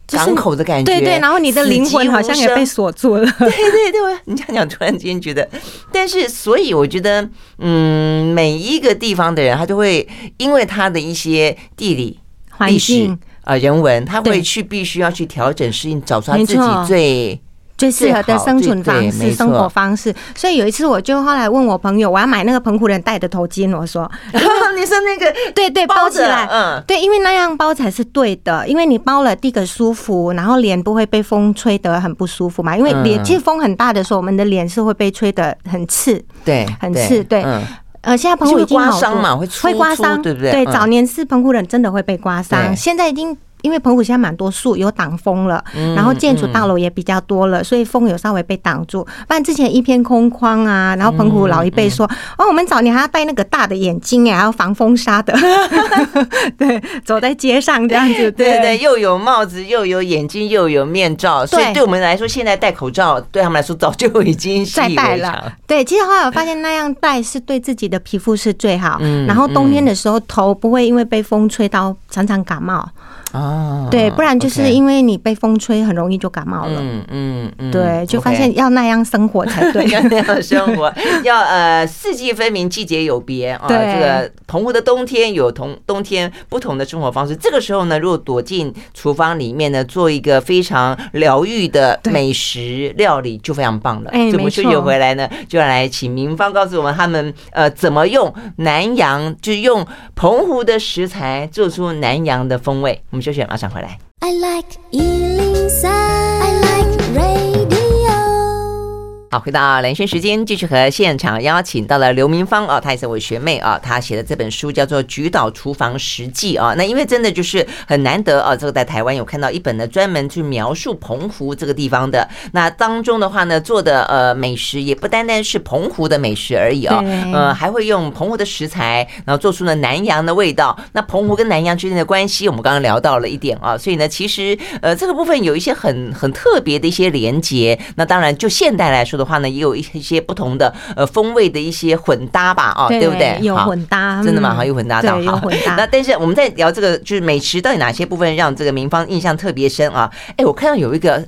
Speaker 2: 就是
Speaker 1: 港口的感觉。
Speaker 2: 对对。然后你的
Speaker 1: 死
Speaker 2: 灵魂
Speaker 1: 寂
Speaker 2: 好
Speaker 1: 无
Speaker 2: 像也
Speaker 1: 声
Speaker 2: 被锁住了。
Speaker 1: 对对对，我 你这样讲，突然之间觉得，但是所以我觉得，嗯，每一个地方的人，他就会因为他的一些地理、
Speaker 2: 环
Speaker 1: 历史
Speaker 2: 境
Speaker 1: 啊、呃人文，他会
Speaker 2: 对
Speaker 1: 去必须要去调整适应，找出他
Speaker 2: 没
Speaker 1: 自己
Speaker 2: 错
Speaker 1: 最
Speaker 2: 最适合的生存
Speaker 1: 最
Speaker 2: 方
Speaker 1: 好最对
Speaker 2: 式、
Speaker 1: 没错
Speaker 2: 生活方式。所以有一次，我就后来问我朋友，我要买那个澎湖人戴的头巾，我说
Speaker 1: 你说那个
Speaker 2: 对对，包起
Speaker 1: 着
Speaker 2: 来，
Speaker 1: 嗯，
Speaker 2: 对，因为那样包才是对的，因为你包了，第一个舒服，然后脸不会被风吹得很不舒服嘛。因为脸、
Speaker 1: 嗯
Speaker 2: 其实风很大的时候，我们的脸是会被吹得很刺。
Speaker 1: 对，
Speaker 2: 很刺对
Speaker 1: 嗯
Speaker 2: 呃，现在澎湖已经好多
Speaker 1: 就会刮伤嘛会粗
Speaker 2: 会刮伤，
Speaker 1: 粗对不对嗯
Speaker 2: 早年是澎湖人真的会被刮
Speaker 1: 对
Speaker 2: 伤，现在已经。因为澎湖现在蛮多树有挡风了，
Speaker 1: 嗯
Speaker 2: 然后建筑大楼也比较多了，所以风有稍微被挡住。不然之前一片空旷啊，然后澎湖老一辈
Speaker 1: 嗯
Speaker 2: 说：“哦，我们早年还要戴那个大的眼镜哎，还要防风沙的。” 对，走在街上这样 子，
Speaker 1: 对对，又有帽子，又有眼镜，又有面罩，所以
Speaker 2: 对
Speaker 1: 对我们来说，现在戴口罩对他们来说早就已经习
Speaker 2: 再
Speaker 1: 以
Speaker 2: 戴
Speaker 1: 为
Speaker 2: 了
Speaker 1: 常。
Speaker 2: 对，其实后来我发现那样戴是对自己的 皮
Speaker 1: 嗯
Speaker 2: 肤是最好，然后冬天的时候头不会因为被风吹到常常感冒。
Speaker 1: 啊，
Speaker 2: 对，不然就是因为你被风吹，很容易就感冒
Speaker 1: OK
Speaker 2: 了。
Speaker 1: 嗯嗯嗯，
Speaker 2: 对，就发
Speaker 1: OK
Speaker 2: 现要那样生活才 对。
Speaker 1: 要那样生 活，要呃四季分明，季节有别啊。
Speaker 2: 对
Speaker 1: 这个澎湖的冬天有同冬天不同的生活方式。这个时候呢，如果躲进厨房里面呢，做一个非常疗愈的
Speaker 2: 对
Speaker 1: 美食料理，就非常棒了。所
Speaker 2: 哎
Speaker 1: 以我们
Speaker 2: 没
Speaker 1: 休息
Speaker 2: 错
Speaker 1: 回来呢，就要来请明芳告诉我们他们呃怎么用南洋，就是用澎湖的食材做出南洋的风味。我们休息，马上回来。
Speaker 3: I like Ealing Sound. I like radio.
Speaker 1: 好，回到蓝轩时间，继续和现场邀请到了刘明芳啊，她也是我学妹啊，她写的这本书叫做《菊岛厨房实记》啊。那因为真的就是很难得啊，这个在台湾有看到一本呢，专门去描述澎湖这个地方的。那当中的话呢，做的呃美食也不单单是澎湖的美食而已啊，
Speaker 2: 对
Speaker 1: 呃，还会用澎湖的食材，然后做出呢南洋的味道。那澎湖跟南洋之间的关系，我们刚刚聊到了一点啊，所以呢，其实呃这个部分有一些很很特别的一些连接。那当然，就现代来说的话呢，也有一些一些不同的呃风味的一些混搭吧，啊，对不对？
Speaker 2: 有
Speaker 1: 好
Speaker 2: 混搭，
Speaker 1: 真的吗？
Speaker 2: 嗯
Speaker 1: 好，有混搭到
Speaker 2: 对，有
Speaker 1: 好
Speaker 2: 混搭。
Speaker 1: 那但是我们在聊这个，就是美食到底哪些部分让这个民芳印象特别深啊？哎，我看到有一个，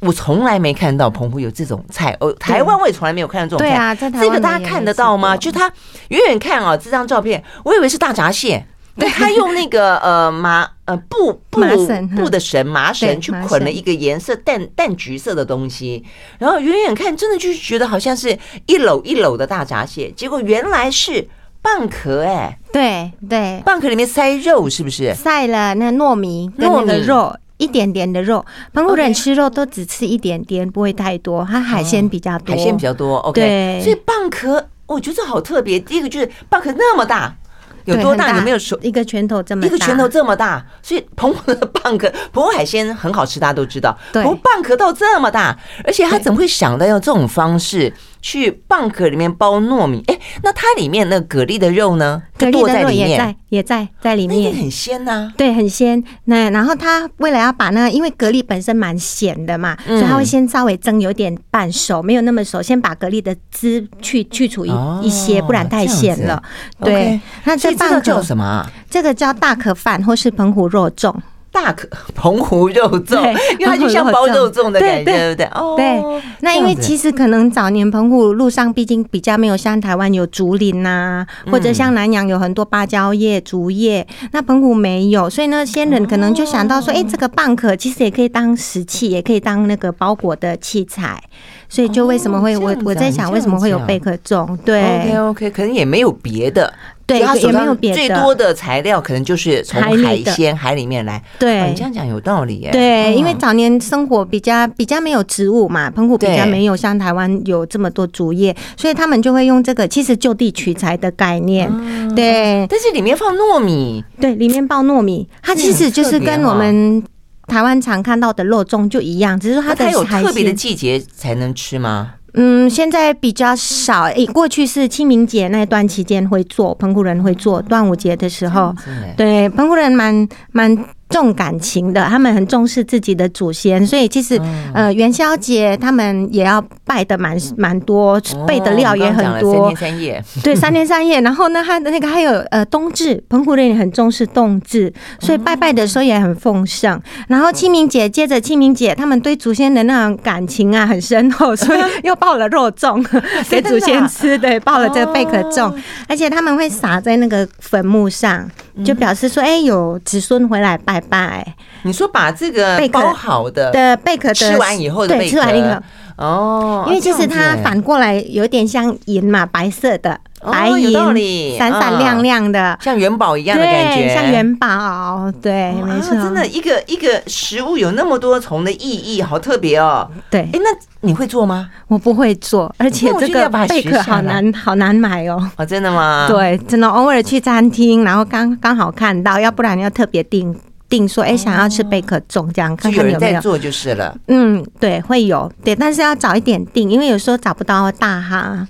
Speaker 1: 我从来没看到澎湖有这种菜，哦，台湾我也从来没有看到这种
Speaker 2: 对
Speaker 1: 菜。
Speaker 2: 啊，在台湾
Speaker 1: 这个
Speaker 2: 我
Speaker 1: 大家
Speaker 2: 也没
Speaker 1: 看得到吗？
Speaker 2: 吃
Speaker 1: 就他远远看啊，这张照片，我以为是大闸蟹，对他用那 个呃麻呃布布
Speaker 2: 麻绳嗯
Speaker 1: 布的绳麻
Speaker 2: 对
Speaker 1: 绳去
Speaker 2: 麻
Speaker 1: 捆了
Speaker 2: 绳
Speaker 1: 一个颜色淡淡橘色的东西，然后远远看真的就是觉得好像是一篓一篓的大闸蟹，结果原来是蚌壳哎、
Speaker 2: 过对对，
Speaker 1: 蚌壳里面塞肉是不是？
Speaker 2: 晒了那糯米跟那
Speaker 1: 糯
Speaker 2: 个
Speaker 1: 米
Speaker 2: 肉。一点点的肉，澎湖
Speaker 1: OK
Speaker 2: 人吃肉都只吃一点点，不会太多。它海鲜比较多，
Speaker 1: 海鲜比较多，OK，
Speaker 2: 对
Speaker 1: 所以蚌壳我觉得这好特别。第一个就是蚌壳那么大，有
Speaker 2: 对
Speaker 1: 多
Speaker 2: 很
Speaker 1: 大？有没有手
Speaker 2: 一个拳头这么大？
Speaker 1: 一个拳头这么大，所以澎湖的蚌壳，澎湖海鲜很好吃，大家都知道。
Speaker 2: 对
Speaker 1: 澎湖蚌壳到这么大，而且他
Speaker 2: 对
Speaker 1: 怎么会想到用这种方式去蚌壳里面包糯米？哎，那它里面那蛤蜊的肉呢，就
Speaker 2: 蛤蜊
Speaker 1: 剁
Speaker 2: 的
Speaker 1: 在
Speaker 2: 肉
Speaker 1: 里
Speaker 2: 也
Speaker 1: 面，
Speaker 2: 在也在在里
Speaker 1: 那也
Speaker 2: 面。
Speaker 1: 很鲜呐、
Speaker 2: 对，很鲜。那然后它为了要把那个，因为蛤蜊本身蛮咸的嘛，
Speaker 1: 嗯
Speaker 2: 所以它会先稍微蒸，有点半熟，没有那么熟，先把蛤蜊的汁去去除一、
Speaker 1: 哦
Speaker 2: 一些，不然太咸了。
Speaker 1: 这样子
Speaker 2: 对
Speaker 1: OK，
Speaker 2: 那
Speaker 1: 所
Speaker 2: 这
Speaker 1: 以这个
Speaker 2: 蚌
Speaker 1: 叫
Speaker 2: 壳，
Speaker 1: 什么、啊？
Speaker 2: 这个叫大壳饭或是澎湖肉粽。
Speaker 1: 大壳澎湖肉粽
Speaker 2: 对，
Speaker 1: 因为它就像包
Speaker 2: 澎湖肉粽
Speaker 1: 肉粽的感觉，对
Speaker 2: 对
Speaker 1: 不对？哦，
Speaker 2: 对，那因为
Speaker 1: 这样子
Speaker 2: 其实可能早年澎湖路上，毕竟比较没有像台湾有竹林呐、
Speaker 1: 嗯
Speaker 2: 或者像南洋有很多芭蕉叶、竹叶，那澎湖没有，所以呢，先人可能就想到
Speaker 1: 哦
Speaker 2: 说，哎、这个蚌壳其实也可以当石器，也可以当那个包裹的器材，所以就为什么会、
Speaker 1: 哦
Speaker 2: 我
Speaker 1: 这样子啊
Speaker 2: 我在想为什么会有
Speaker 1: 你这
Speaker 2: 贝
Speaker 1: 样
Speaker 2: 壳粽？对
Speaker 1: OK OK，可能也没有别的，
Speaker 2: 对，
Speaker 1: 就他手
Speaker 2: 也没有
Speaker 1: 上
Speaker 2: 别
Speaker 1: 最
Speaker 2: 的，
Speaker 1: 多的材料可能就是从
Speaker 2: 海里
Speaker 1: 海
Speaker 2: 的
Speaker 1: 鲜海里面来。哦
Speaker 2: 对
Speaker 1: 你这。样讲有道理耶。
Speaker 2: 对，
Speaker 1: 嗯
Speaker 2: 因为早年生活比较比较没有植物嘛，澎湖比较
Speaker 1: 对
Speaker 2: 没有像台湾有这么多竹叶，所以他们就会用这个其实就地取材的概念。
Speaker 1: 嗯
Speaker 2: 对
Speaker 1: 但是里面放糯米，
Speaker 2: 对，里面包糯米，它
Speaker 1: 这
Speaker 2: 其
Speaker 1: 很
Speaker 2: 实就
Speaker 1: 特
Speaker 2: 是
Speaker 1: 别
Speaker 2: 跟
Speaker 1: 哈
Speaker 2: 我们台湾常看到的肉粽就一样，只是
Speaker 1: 那
Speaker 2: 它的
Speaker 1: 它有
Speaker 2: 海
Speaker 1: 特别的
Speaker 2: 鲜
Speaker 1: 季节才能吃吗？
Speaker 2: 嗯，现在比较少。诶，过去是清明节那段期间会做，澎湖人会做，端午节的时候。
Speaker 1: 真的耶
Speaker 2: 对，澎湖人蛮蛮重感情的，他们很重视自己的祖先，所以其实、呃元宵节他们也要拜的蛮蛮多，备的料也很
Speaker 1: 哦
Speaker 2: 多
Speaker 1: 我们刚刚讲了，三天三夜，
Speaker 2: 对，三天三夜。然后呢，他的那个还有呃冬至，澎湖人也很重视冬至，
Speaker 1: 哦
Speaker 2: 所以拜拜的时候也很丰盛。然后清明节接着清明节，他们对祖先的那种感情啊很深厚，所以又爆了肉 粽给
Speaker 1: 啊
Speaker 2: 祖先吃，对，
Speaker 1: 哦
Speaker 2: 爆了这个贝壳粽，而且他们会撒在那个坟墓上，
Speaker 1: 嗯
Speaker 2: 就表示说，哎，有子孙回来拜拜
Speaker 1: 你说把这个
Speaker 2: 贝壳
Speaker 1: 包好的
Speaker 2: 的贝壳的。
Speaker 1: 呃吃完以后的贝壳
Speaker 2: 对，吃完一个，
Speaker 1: 哦，
Speaker 2: 因为其实
Speaker 1: 这样
Speaker 2: 它
Speaker 1: 子耶
Speaker 2: 反过来有点像银嘛，白色的
Speaker 1: 哦
Speaker 2: 白
Speaker 1: 有
Speaker 2: 银
Speaker 1: 道理，
Speaker 2: 闪闪亮亮的，
Speaker 1: 像元宝一样的感
Speaker 2: 对，
Speaker 1: 觉，
Speaker 2: 像元宝，对，
Speaker 1: 哦。
Speaker 2: 没
Speaker 1: 啊
Speaker 2: 错，
Speaker 1: 真的，一个一个食物有那么多重的意义，好特别哦。
Speaker 2: 对
Speaker 1: 哎，那你会做吗？
Speaker 2: 我不会做，而且
Speaker 1: 那我
Speaker 2: 这
Speaker 1: 觉得要
Speaker 2: 个
Speaker 1: 把它
Speaker 2: 贝
Speaker 1: 学
Speaker 2: 壳
Speaker 1: 下
Speaker 2: 好
Speaker 1: 来
Speaker 2: 难，好难买哦。
Speaker 1: 哦，真的吗？，
Speaker 2: 对，真的偶尔去餐厅，然后刚刚好看到，要不然要特别订订说，哎，想要吃贝壳粽这样，
Speaker 1: 就
Speaker 2: 看
Speaker 1: 哦有
Speaker 2: 看
Speaker 1: 人
Speaker 2: 有没
Speaker 1: 在
Speaker 2: 有。
Speaker 1: 做就是了。
Speaker 2: 嗯，对，会有，对，但是要早一点订，因为有时候找不到大哈，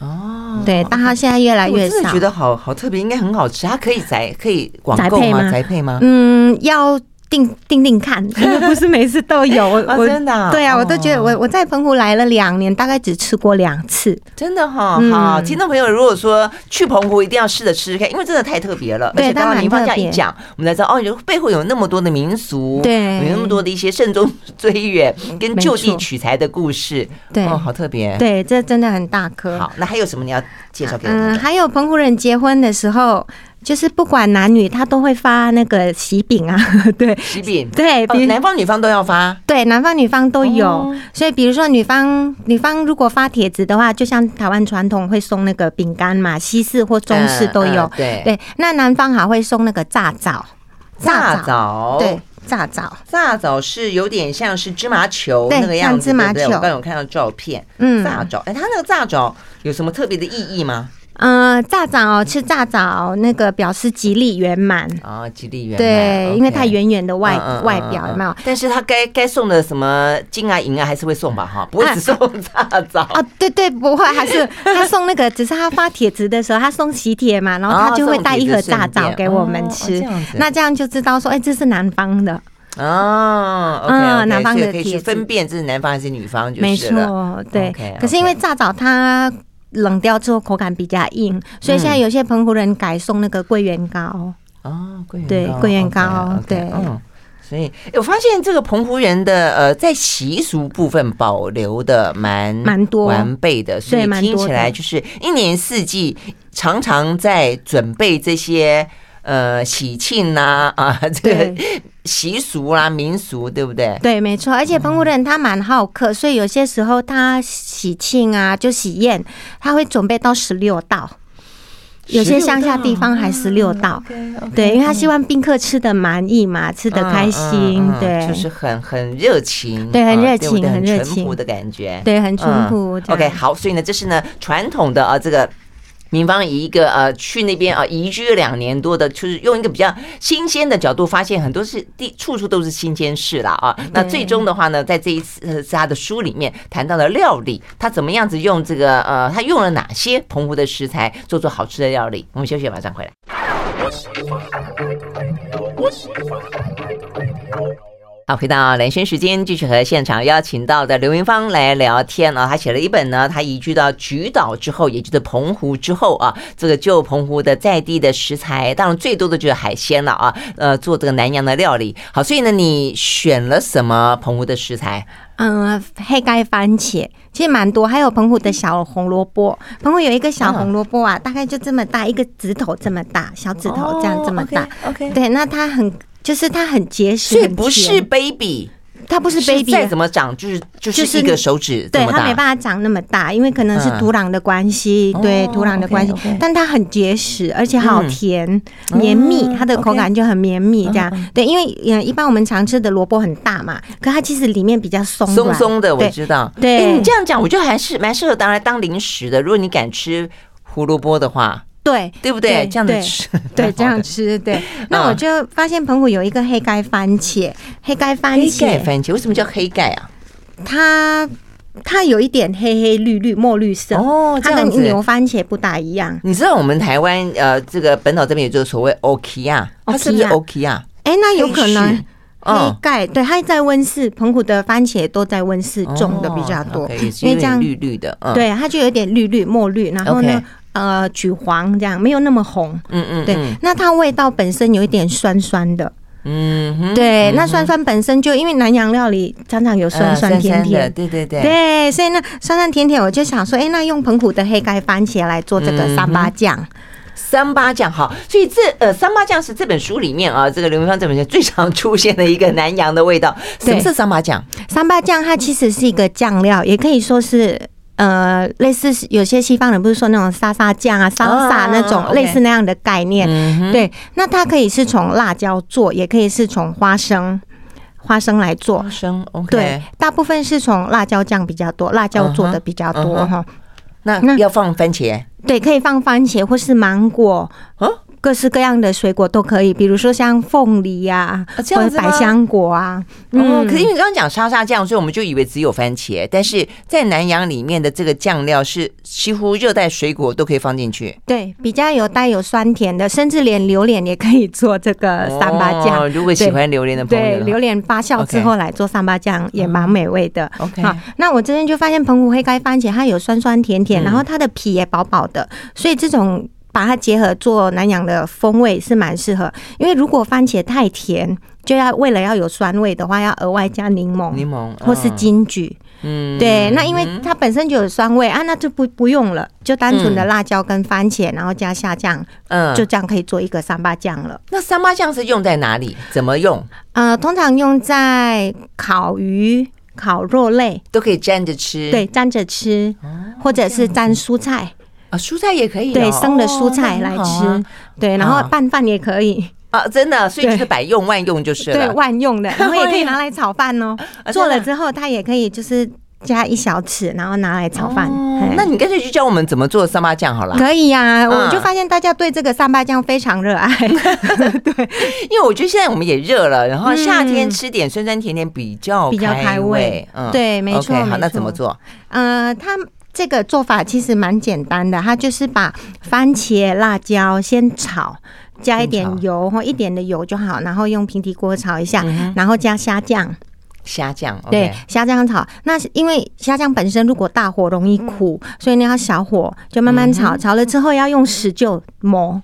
Speaker 1: 哦，
Speaker 2: 对，大哈现在越来
Speaker 1: 哎我
Speaker 2: 越
Speaker 1: 真的
Speaker 2: 少
Speaker 1: 觉。得好好特别，应该很好吃。它可以宅可以网
Speaker 2: 宅
Speaker 1: 购
Speaker 2: 配
Speaker 1: 吗？
Speaker 2: 吗
Speaker 1: 宅配吗？
Speaker 2: 嗯，要定定定看， 因为不是每次都有。我
Speaker 1: 哦
Speaker 2: 我
Speaker 1: 真的啊
Speaker 2: 对啊，我都觉得
Speaker 1: 哦
Speaker 2: 我我在澎湖来了两年，大概只吃过两次。
Speaker 1: 真的哈、
Speaker 2: 嗯
Speaker 1: 好，听众朋友，如果说去澎湖，一定要试着吃吃看，因为真的太特别了。而
Speaker 2: 对
Speaker 1: 且刚
Speaker 2: 当
Speaker 1: 刚
Speaker 2: 然
Speaker 1: 您放假
Speaker 2: 特别
Speaker 1: 一讲，我们才知道哦，有背后有那么多的民俗，
Speaker 2: 对嗯
Speaker 1: 有那么多的一些慎终追远跟
Speaker 2: 没
Speaker 1: 就地
Speaker 2: 错
Speaker 1: 取材的故事，
Speaker 2: 对
Speaker 1: 哦，好特别。，
Speaker 2: 对，这真的很大颗。
Speaker 1: 好，那还有什么你要介绍给我
Speaker 2: 嗯，
Speaker 1: 们的？
Speaker 2: 还有澎湖人结婚的时候，就是不管男女，他都会发那个喜饼啊， 对
Speaker 1: 喜饼，
Speaker 2: 对，
Speaker 1: 哦
Speaker 2: 比如、
Speaker 1: 男方女方都要发，
Speaker 2: 对男方女方都有。
Speaker 1: 哦
Speaker 2: 所以比如说女方女方如果发帖子的话，就像台湾传统会送那个饼干嘛，西式或中式都有。
Speaker 1: 嗯嗯对，
Speaker 2: 对，那男方还会送那个炸枣，
Speaker 1: 炸枣，
Speaker 2: 对，炸枣，
Speaker 1: 炸枣是有点像是芝麻球
Speaker 2: 对
Speaker 1: 那个样子，
Speaker 2: 像芝麻
Speaker 1: 对不对
Speaker 2: 球
Speaker 1: 我刚有看到照片，
Speaker 2: 嗯，
Speaker 1: 炸枣，哎，它那个炸枣有什么特别的意义吗？
Speaker 2: 呃，炸枣吃炸枣那个表示吉利圆满，
Speaker 1: 啊，吉利圆满
Speaker 2: 对，因为它
Speaker 1: OK
Speaker 2: 圆圆的外
Speaker 1: 嗯嗯嗯
Speaker 2: 外表有没有
Speaker 1: 嗯？但是他该该送的什么金啊银啊还是会送吧哈，不会只送炸枣。
Speaker 2: 哦，对对，不会，还是 他送那个，只是他发帖子的时候，他送喜帖嘛，然后他
Speaker 1: 哦
Speaker 2: 就会带一盒
Speaker 1: 送
Speaker 2: 炸
Speaker 1: 帖子
Speaker 2: 枣给我们吃，
Speaker 1: 顺便哦哦这样子
Speaker 2: 那这样就知道说，哎，这是南方的，
Speaker 1: 哦
Speaker 2: 嗯
Speaker 1: ，OK，
Speaker 2: 男方的
Speaker 1: 可以去
Speaker 2: 帖子
Speaker 1: 分辨这是男方还是女方就
Speaker 2: 没
Speaker 1: 是了。
Speaker 2: 错，对。
Speaker 1: OK，OK
Speaker 2: 可是因为炸枣它冷掉之后口感比较硬，所以
Speaker 1: 嗯
Speaker 2: 现在有些澎湖人改送那个桂圆糕，
Speaker 1: 哦，桂圆
Speaker 2: 对
Speaker 1: 糕
Speaker 2: 桂圆糕
Speaker 1: OK，OK，
Speaker 2: 对
Speaker 1: 嗯。所以，哎我发现这个澎湖人的呃，在习俗部分保留的蛮
Speaker 2: 蛮多
Speaker 1: 完备的，所以
Speaker 2: 对蛮
Speaker 1: 听
Speaker 2: 多
Speaker 1: 起
Speaker 2: 的
Speaker 1: 来就是一年四季常常在准备这些呃喜庆呐啊，这个习俗啦、啊民俗，对不对？
Speaker 2: 对，没错。而且澎湖人他蛮好客，所以有些时候他喜庆啊，就喜宴，他会准备到十六道。有些乡下地方还十六道，对，因为他希望宾客吃的满意嘛，吃的开心
Speaker 1: 嗯，嗯嗯
Speaker 2: 对，
Speaker 1: 就是很很热情，
Speaker 2: 对很
Speaker 1: 啊
Speaker 2: 热
Speaker 1: 对不对
Speaker 2: 情很热
Speaker 1: 淳朴
Speaker 2: 情
Speaker 1: 的感觉，
Speaker 2: 对，很淳
Speaker 1: 嗯
Speaker 2: 朴。这样
Speaker 1: OK，好，所以呢，这是呢传统的啊这个。民方以一个呃去那边啊移居了两年多的，就是用一个比较新鲜的角度，发现很多是地处处都是新鲜事啦啊。那最终的话呢，在这一次呃他的书里面谈到了料理，他怎么样子用这个呃他用了哪些澎湖的食材做出好吃的料理。我们休息，马上回来。好，回到蓝轩时间，继续和现场邀请到的刘云芳来聊天啊。他写了一本呢，他移居到菊岛之后，也就是澎湖之后啊，这个就澎湖的在地的食材，当然最多的就是海鲜了啊。呃，做这个南洋的料理。好，所以呢，你选了什么澎湖的食材？
Speaker 2: 嗯，黑盖番茄其实蛮多，还有澎湖的小红萝卜。澎湖有一个小红萝卜啊，大概就这么大，一个指头这么大，小指头这样这么大。
Speaker 1: OK，
Speaker 2: 对，那它很就是它很结实，
Speaker 1: 所以
Speaker 2: 很
Speaker 1: 不是
Speaker 2: 甜
Speaker 1: baby，
Speaker 2: 它不是 baby，
Speaker 1: 再怎么长，就是就
Speaker 2: 就是是
Speaker 1: 一个手指这
Speaker 2: 对
Speaker 1: 么
Speaker 2: 它
Speaker 1: 大。
Speaker 2: 没办法长那么大，因为可能是
Speaker 1: 嗯
Speaker 2: 土壤的关系，
Speaker 1: 哦
Speaker 2: 对土壤的关系
Speaker 1: OK，OK
Speaker 2: 但它很结实，而且好
Speaker 1: 嗯哦
Speaker 2: 甜、绵密，它的口
Speaker 1: OK 嗯
Speaker 2: 感就很绵密，这样、对，因为呃一般我们常吃的萝卜很大嘛，可它其实里面比较松
Speaker 1: 松
Speaker 2: 软
Speaker 1: 松的，我
Speaker 2: 对
Speaker 1: 知道。
Speaker 2: 对
Speaker 1: 诶你这样讲，我觉得还是蛮适合拿来当零食的。如果你敢吃胡萝卜的话，
Speaker 2: 对
Speaker 1: 对不对？这样子吃，
Speaker 2: 对，这样吃对。
Speaker 1: 嗯
Speaker 2: 那我就发现澎湖有一个黑盖番茄，黑盖 番
Speaker 1: 黑盖
Speaker 2: 茄，
Speaker 1: 番茄为什么叫黑盖啊？
Speaker 2: 它它有一点黑黑绿绿墨绿色，
Speaker 1: 哦，这
Speaker 2: 它
Speaker 1: 样
Speaker 2: 跟牛
Speaker 1: 子。
Speaker 2: 番茄不大一样。
Speaker 1: 你知道我们台湾呃，这个本岛这边有这个所谓 okia，它啊
Speaker 2: 哦
Speaker 1: 是不是 okia？
Speaker 2: 哎，那有可
Speaker 1: 啊黑
Speaker 2: 能
Speaker 1: 柿
Speaker 2: 黑
Speaker 1: 嗯，
Speaker 2: 盖对，它在温室，澎湖的番茄都在温室种的比较多，
Speaker 1: 哦，OK，也是有
Speaker 2: 因为
Speaker 1: 点
Speaker 2: 这样
Speaker 1: 绿绿的，嗯，
Speaker 2: 对它就有点绿绿墨绿，然后
Speaker 1: OK
Speaker 2: 呢，呃，橘黄这样，没有那么红。
Speaker 1: 嗯嗯，
Speaker 2: 对
Speaker 1: 嗯，
Speaker 2: 那它味道本身有一点酸酸的，
Speaker 1: 嗯哼，
Speaker 2: 对，那酸酸本身就因为南洋料理常常有酸
Speaker 1: 呃
Speaker 2: 酸甜
Speaker 1: 的
Speaker 2: 甜，
Speaker 1: 对对对，
Speaker 2: 对，所以呢，酸酸甜甜，我就想说，哎、那用澎湖的黑盖番茄来做这
Speaker 1: 嗯
Speaker 2: 个三八酱，
Speaker 1: 三八酱哈，所以这呃三八酱是这本书里面啊，这个刘明芳这本书最常出现的一个南洋的味道。什么
Speaker 2: 对嗯
Speaker 1: 是三八酱？
Speaker 2: 三八酱它其实是一个酱料，也可以说是。呃，类似是有些西方人不是说那种沙沙酱啊、salsa
Speaker 1: 啊
Speaker 2: 那种
Speaker 1: OK
Speaker 2: 类似那样的概念，
Speaker 1: 嗯哼，
Speaker 2: 对。那它可以是从辣椒做，也可以是从花生花生来做
Speaker 1: 花，生 OK。
Speaker 2: 对。大部分是从辣椒酱比较多，辣椒做的比较多
Speaker 1: 嗯哼
Speaker 2: 哈。
Speaker 1: 那
Speaker 2: 那嗯
Speaker 1: 要放番茄
Speaker 2: 对，可以放番茄或是芒果
Speaker 1: 啊，
Speaker 2: 各式各样的水果都可以，比如说像凤梨呀、
Speaker 1: 啊这样
Speaker 2: 或者
Speaker 1: 子吗
Speaker 2: 百香果啊。
Speaker 1: 哦，可是因为你刚刚讲沙沙酱，所以我们就以为只有番茄，但是在南洋里面的这个酱料是几乎热带水果都可以放进去。
Speaker 2: 对，比较有带有酸甜的，甚至连榴莲也可以做这个呃三八酱。
Speaker 1: 哦，如果喜欢榴莲的朋
Speaker 2: 对，
Speaker 1: 友
Speaker 2: 榴
Speaker 1: 呢
Speaker 2: 莲发酵之后来做三八酱也蛮美味的。
Speaker 1: ，OK，
Speaker 2: 好，那我这边就发现澎湖黑盖番茄它有酸酸甜甜，
Speaker 1: 嗯
Speaker 2: 然后它的皮也薄薄的，所以这种把它结合做南洋的风味是蛮适合。因为如果番茄太甜，就要为了要有酸味的话，要额外加柠檬
Speaker 1: 柠檬哦
Speaker 2: 或是，金桔。
Speaker 1: 嗯
Speaker 2: 对，那因为它本身就有酸味啊，那就不不用了，就单纯的辣椒跟番茄，然后加下酱，
Speaker 1: 嗯
Speaker 2: 就这样可以做一个三八酱了。
Speaker 1: 那三八酱是用在哪里？怎么用
Speaker 2: 呃，通常用在烤鱼、烤肉类，
Speaker 1: 都可以蘸着吃。
Speaker 2: 对，蘸着吃，
Speaker 1: 哦
Speaker 2: 或者是蘸蔬菜，
Speaker 1: 啊，蔬菜也可以哦，
Speaker 2: 对，生的蔬菜
Speaker 1: 哦那
Speaker 2: 来
Speaker 1: 很好啊
Speaker 2: 吃，对，然
Speaker 1: 啊
Speaker 2: 后拌饭也可以，
Speaker 1: 啊，真的，所以
Speaker 2: 对
Speaker 1: 就是百用万 用就是
Speaker 2: 对，
Speaker 1: 了。
Speaker 2: 万 用的，然后也可
Speaker 1: 哎
Speaker 2: 以
Speaker 1: 呀
Speaker 2: 拿来炒 饭哦。
Speaker 1: 啊
Speaker 2: 做了
Speaker 1: 真的
Speaker 2: 之后，它也可以就是加一小匙，然后拿来炒饭。
Speaker 1: 哦
Speaker 2: 嘿
Speaker 1: 那你干脆就教我们怎么做三八酱好了，
Speaker 2: 可以呀、我就
Speaker 1: 嗯
Speaker 2: 发现大家对这个三八酱非常热爱。
Speaker 1: 因为我觉得现在我们也热了，然后夏天
Speaker 2: 嗯
Speaker 1: 吃点酸酸甜甜比较
Speaker 2: 比较开
Speaker 1: 胃
Speaker 2: 胃。
Speaker 1: 嗯，
Speaker 2: 对，没错
Speaker 1: OK，
Speaker 2: 没
Speaker 1: 好，
Speaker 2: 错。
Speaker 1: 那怎么？做？
Speaker 2: 呃，它这个做法其实蛮简单的，它就是把番茄、辣椒先炒，加一
Speaker 1: 先
Speaker 2: 点
Speaker 1: 炒
Speaker 2: 油或一点的油就好，然后用平底锅炒一下，
Speaker 1: 嗯哼
Speaker 2: 然后加虾酱，
Speaker 1: 虾酱，OK，
Speaker 2: 对，虾酱炒。那是因为虾酱本身如果大火容易苦，
Speaker 1: 嗯
Speaker 2: 所以你要小火就慢慢炒，炒了之后要用石臼磨，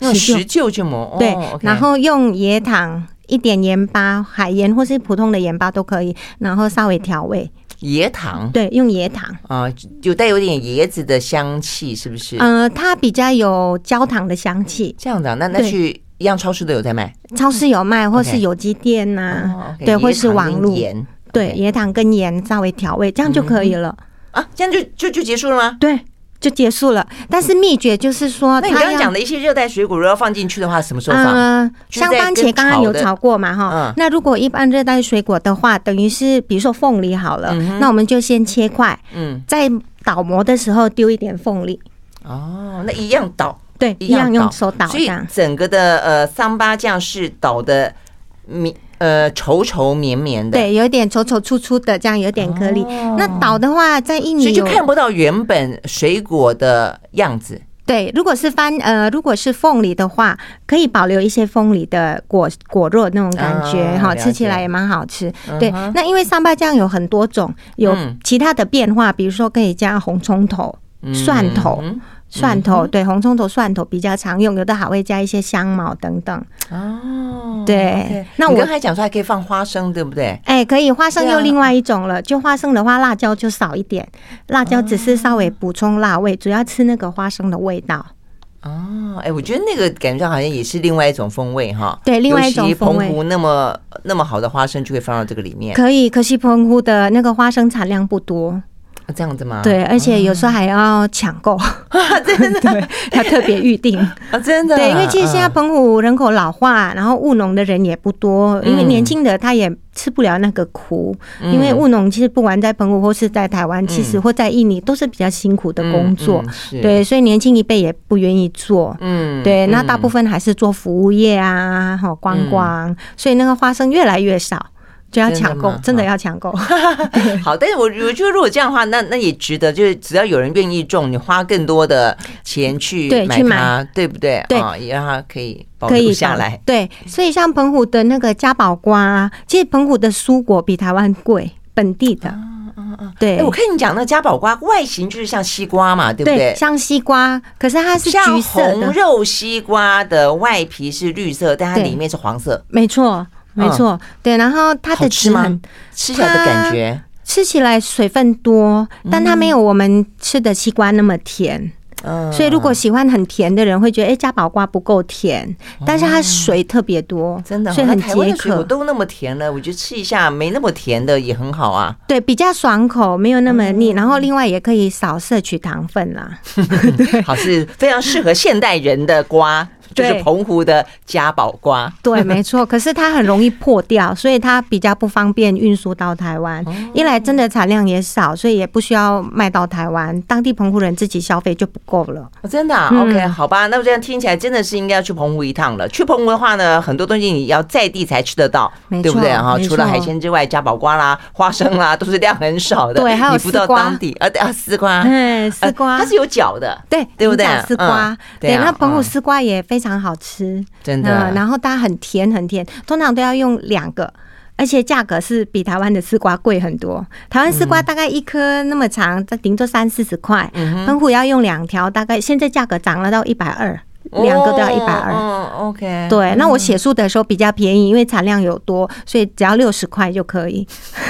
Speaker 1: 用石臼去磨。
Speaker 2: 对
Speaker 1: 哦，OK
Speaker 2: 然后用椰糖。一点盐巴、海盐或是普通的盐巴都可以，然后稍微调味。
Speaker 1: 椰糖
Speaker 2: 对，用椰糖。
Speaker 1: 啊，有带有点椰子的香气，是不是？
Speaker 2: 呃，它比较有焦糖的香气，
Speaker 1: 这样子啊，那那
Speaker 2: 对
Speaker 1: 去一样超市都有在卖，
Speaker 2: 超市有卖，
Speaker 1: 嗯
Speaker 2: 或
Speaker 1: OK
Speaker 2: 是有机店呐、
Speaker 1: 哦，OK，
Speaker 2: 嗯对
Speaker 1: 椰
Speaker 2: 或是
Speaker 1: 糖
Speaker 2: 网
Speaker 1: 跟
Speaker 2: 路
Speaker 1: 盐
Speaker 2: 对，
Speaker 1: OK
Speaker 2: 椰糖跟盐稍微调味，这样就可以了。
Speaker 1: 啊，这样就就就结束了吗？
Speaker 2: 对，就结束了。但是秘诀就是说，
Speaker 1: 那你刚刚讲的一些热带水果，如果要放进去的话，什么时候放？
Speaker 2: 哦嗯、呃，
Speaker 1: 就是
Speaker 2: 像
Speaker 1: 在
Speaker 2: 番
Speaker 1: 跟
Speaker 2: 茄刚刚
Speaker 1: 炒
Speaker 2: 有
Speaker 1: 的
Speaker 2: 炒过嘛哈、
Speaker 1: 嗯
Speaker 2: 那如果一般热带水果的话，等于是比如说凤梨好了，
Speaker 1: 嗯哼
Speaker 2: 那我们就先切块，
Speaker 1: 嗯，
Speaker 2: 在倒模的时候丢一点凤梨，
Speaker 1: 哦，那一样倒，
Speaker 2: 对，
Speaker 1: 一
Speaker 2: 一
Speaker 1: 样
Speaker 2: 样用
Speaker 1: 倒
Speaker 2: 手倒
Speaker 1: 所
Speaker 2: 这
Speaker 1: 以
Speaker 2: 样。
Speaker 1: 整个的呃桑巴酱是倒的绵呃稠稠绵绵的，，
Speaker 2: 对，有一点稠稠粗粗的，这样有点颗粒。那倒的话，在印
Speaker 1: 哦所以
Speaker 2: 尼
Speaker 1: 就
Speaker 2: 有
Speaker 1: 看不到原本水果的样子。
Speaker 2: 对，如果是番呃，如果是凤梨的话，可以保留一些凤梨的果果肉那种感觉
Speaker 1: 啊
Speaker 2: 哈、
Speaker 1: 了解
Speaker 2: 吃起来也蛮好吃。对
Speaker 1: 嗯哼，
Speaker 2: 那因为三八酱有很多种，有
Speaker 1: 嗯
Speaker 2: 其他的变化，比如说可以加红葱头、蒜头。
Speaker 1: 嗯
Speaker 2: 蒜头对红葱头、蒜头比较常用，有的还会加一些香茅等等。
Speaker 1: 哦，
Speaker 2: 对
Speaker 1: OK，
Speaker 2: 那
Speaker 1: 你
Speaker 2: 我
Speaker 1: 刚才讲说还可以放花生，对不对？
Speaker 2: 哎，可以花生
Speaker 1: 对啊
Speaker 2: 又另外一种了。就花生的话，辣椒就少一点，辣椒只是稍微补充辣味，主要吃那个花生的味道。嗯
Speaker 1: 哦，哎，我觉得那个感觉好像也是另外一种风味哈。
Speaker 2: 对另外一种
Speaker 1: 尤其
Speaker 2: 风味
Speaker 1: 澎湖那么那么好的花生就会放到这个里面，
Speaker 2: 可以，可惜澎湖的那个花生产量不多。
Speaker 1: 哦这样子吗？
Speaker 2: 对，而且有
Speaker 1: 嗯
Speaker 2: 时候还要抢 购，真的，对，要特别预定。
Speaker 1: 啊，真的。
Speaker 2: 对，因为其实现在
Speaker 1: 嗯
Speaker 2: 澎湖人口老化，然后务农的人也不多，因为年轻的他也吃不了那个苦，
Speaker 1: 嗯
Speaker 2: 因为务农其实不管在澎湖或是在台湾，其实或在印尼都是比较辛苦的工作
Speaker 1: 嗯，嗯是
Speaker 2: 对，所以年轻一辈也不愿意做。
Speaker 1: 嗯
Speaker 2: 对，那
Speaker 1: 嗯
Speaker 2: 大部分还是做服务业啊，好观光，所以那个花生越来越少，就要
Speaker 1: 真的
Speaker 2: 抢购
Speaker 1: 吗，哦
Speaker 2: 真的要抢购。
Speaker 1: 好，但是我我觉得如果这样的话，那那也值得，就是只要有人愿意种，你花更多的钱去
Speaker 2: 对
Speaker 1: 买
Speaker 2: 去
Speaker 1: 它，对不对？
Speaker 2: 对
Speaker 1: 啊也让它可以保
Speaker 2: 可
Speaker 1: 留
Speaker 2: 以
Speaker 1: 下
Speaker 2: 保
Speaker 1: 来。。嗯
Speaker 2: 对，所以像澎湖的那个嘉宝瓜、啊，其实澎湖的蔬果比台湾贵，本地的。对，
Speaker 1: 啊哎，我看你讲那个嘉宝瓜外形就是像西瓜嘛，对不对
Speaker 2: 对，？像西瓜，可是它是
Speaker 1: 像
Speaker 2: 橘色
Speaker 1: 红
Speaker 2: 的，
Speaker 1: 肉西瓜的外皮是绿色，但它
Speaker 2: 对
Speaker 1: 里面是黄色，
Speaker 2: 没错，没错，对。然后它
Speaker 1: 嗯好
Speaker 2: 的
Speaker 1: 吃
Speaker 2: 汁
Speaker 1: 吗
Speaker 2: 很，
Speaker 1: 吃起来的感觉，
Speaker 2: 吃起来水分多，但它没有我们吃的西瓜那么甜。
Speaker 1: 嗯
Speaker 2: 所以如果喜欢很甜的人会觉得，哎、嘉宝瓜不够甜，但是它水特别多，
Speaker 1: 哦真的哦，
Speaker 2: 所以
Speaker 1: 那
Speaker 2: 很
Speaker 1: 台湾
Speaker 2: 解
Speaker 1: 的水果
Speaker 2: 渴。
Speaker 1: 都那么甜了，我觉得吃一下没那么甜的也很好啊。
Speaker 2: 对，比较爽口，没有那么
Speaker 1: 嗯
Speaker 2: 腻。然后另外也可以少摄取糖分啦。
Speaker 1: 好是非常适合现代人的瓜，就是
Speaker 2: 对
Speaker 1: 澎湖的嘉宝瓜。
Speaker 2: 对，没错。可是它很容易破掉，所以它比较不方便运输到台湾。
Speaker 1: 哦
Speaker 2: 一来真的产量也少，所以也不需要卖到台湾，当地澎湖人自己消费就不够了。
Speaker 1: 哦、真的、啊 o k 好吧，那这样听起来真的是应该要去澎湖一趟了。去澎湖的话呢，很多东西你要在地才吃得到，
Speaker 2: 没
Speaker 1: 对不对
Speaker 2: 错
Speaker 1: 哈？
Speaker 2: 没
Speaker 1: 除了
Speaker 2: 错
Speaker 1: 海鲜之外，加宝瓜啦、花生啦，都是量很少的。
Speaker 2: 对还有
Speaker 1: 你不到
Speaker 2: 丝瓜
Speaker 1: 当地啊对啊，丝瓜，
Speaker 2: 嗯，丝
Speaker 1: 呃
Speaker 2: 瓜。
Speaker 1: 它是有角的，
Speaker 2: 对，
Speaker 1: 对不对
Speaker 2: 银甲丝瓜，
Speaker 1: 嗯对
Speaker 2: 对，
Speaker 1: 啊
Speaker 2: 那澎湖
Speaker 1: 嗯
Speaker 2: 丝瓜也非常好吃，
Speaker 1: 真
Speaker 2: 嗯，
Speaker 1: 的。
Speaker 2: 然后它很甜很甜，通常都要用两个，而且价格是比台湾的丝瓜贵很多。台湾丝
Speaker 1: 嗯
Speaker 2: 瓜大概一颗那么长，它顶多三四十块，澎湖要用两条，大概现在价格涨了到一百二，两个都要一百二。
Speaker 1: 哦嗯，OK。
Speaker 2: 对，那我写书的时候比较便宜，因为产量有多，所以只要六十块就可以。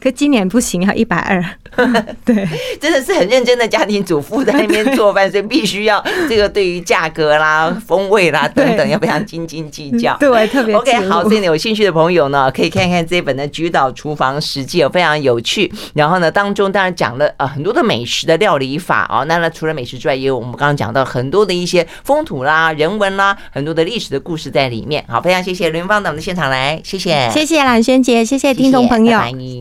Speaker 2: 可今年不行，要一百二。 对，
Speaker 1: 真的是很认真的家庭主妇在那边做饭，所以必须要这个对于价格啦、风味啦等等，
Speaker 2: 对嗯
Speaker 1: 要非常斤斤计较。
Speaker 2: 对，特别
Speaker 1: OK，
Speaker 2: 记录
Speaker 1: 好，所以有兴趣的朋友呢，可以看看这本的《菊岛厨房实记》哦，非常有趣。然后呢，当中当然讲了呃很多的美食的料理法哦。那那除了美食之外，也有我们刚刚讲到很多的一些风土啦、人文啦，很多的历史的故事在里面。好，非常谢谢刘云芳到我们的现场来，谢谢，
Speaker 2: 谢谢蓝轩姐，谢谢听众朋
Speaker 1: 谢
Speaker 2: 友。
Speaker 1: 谢拜拜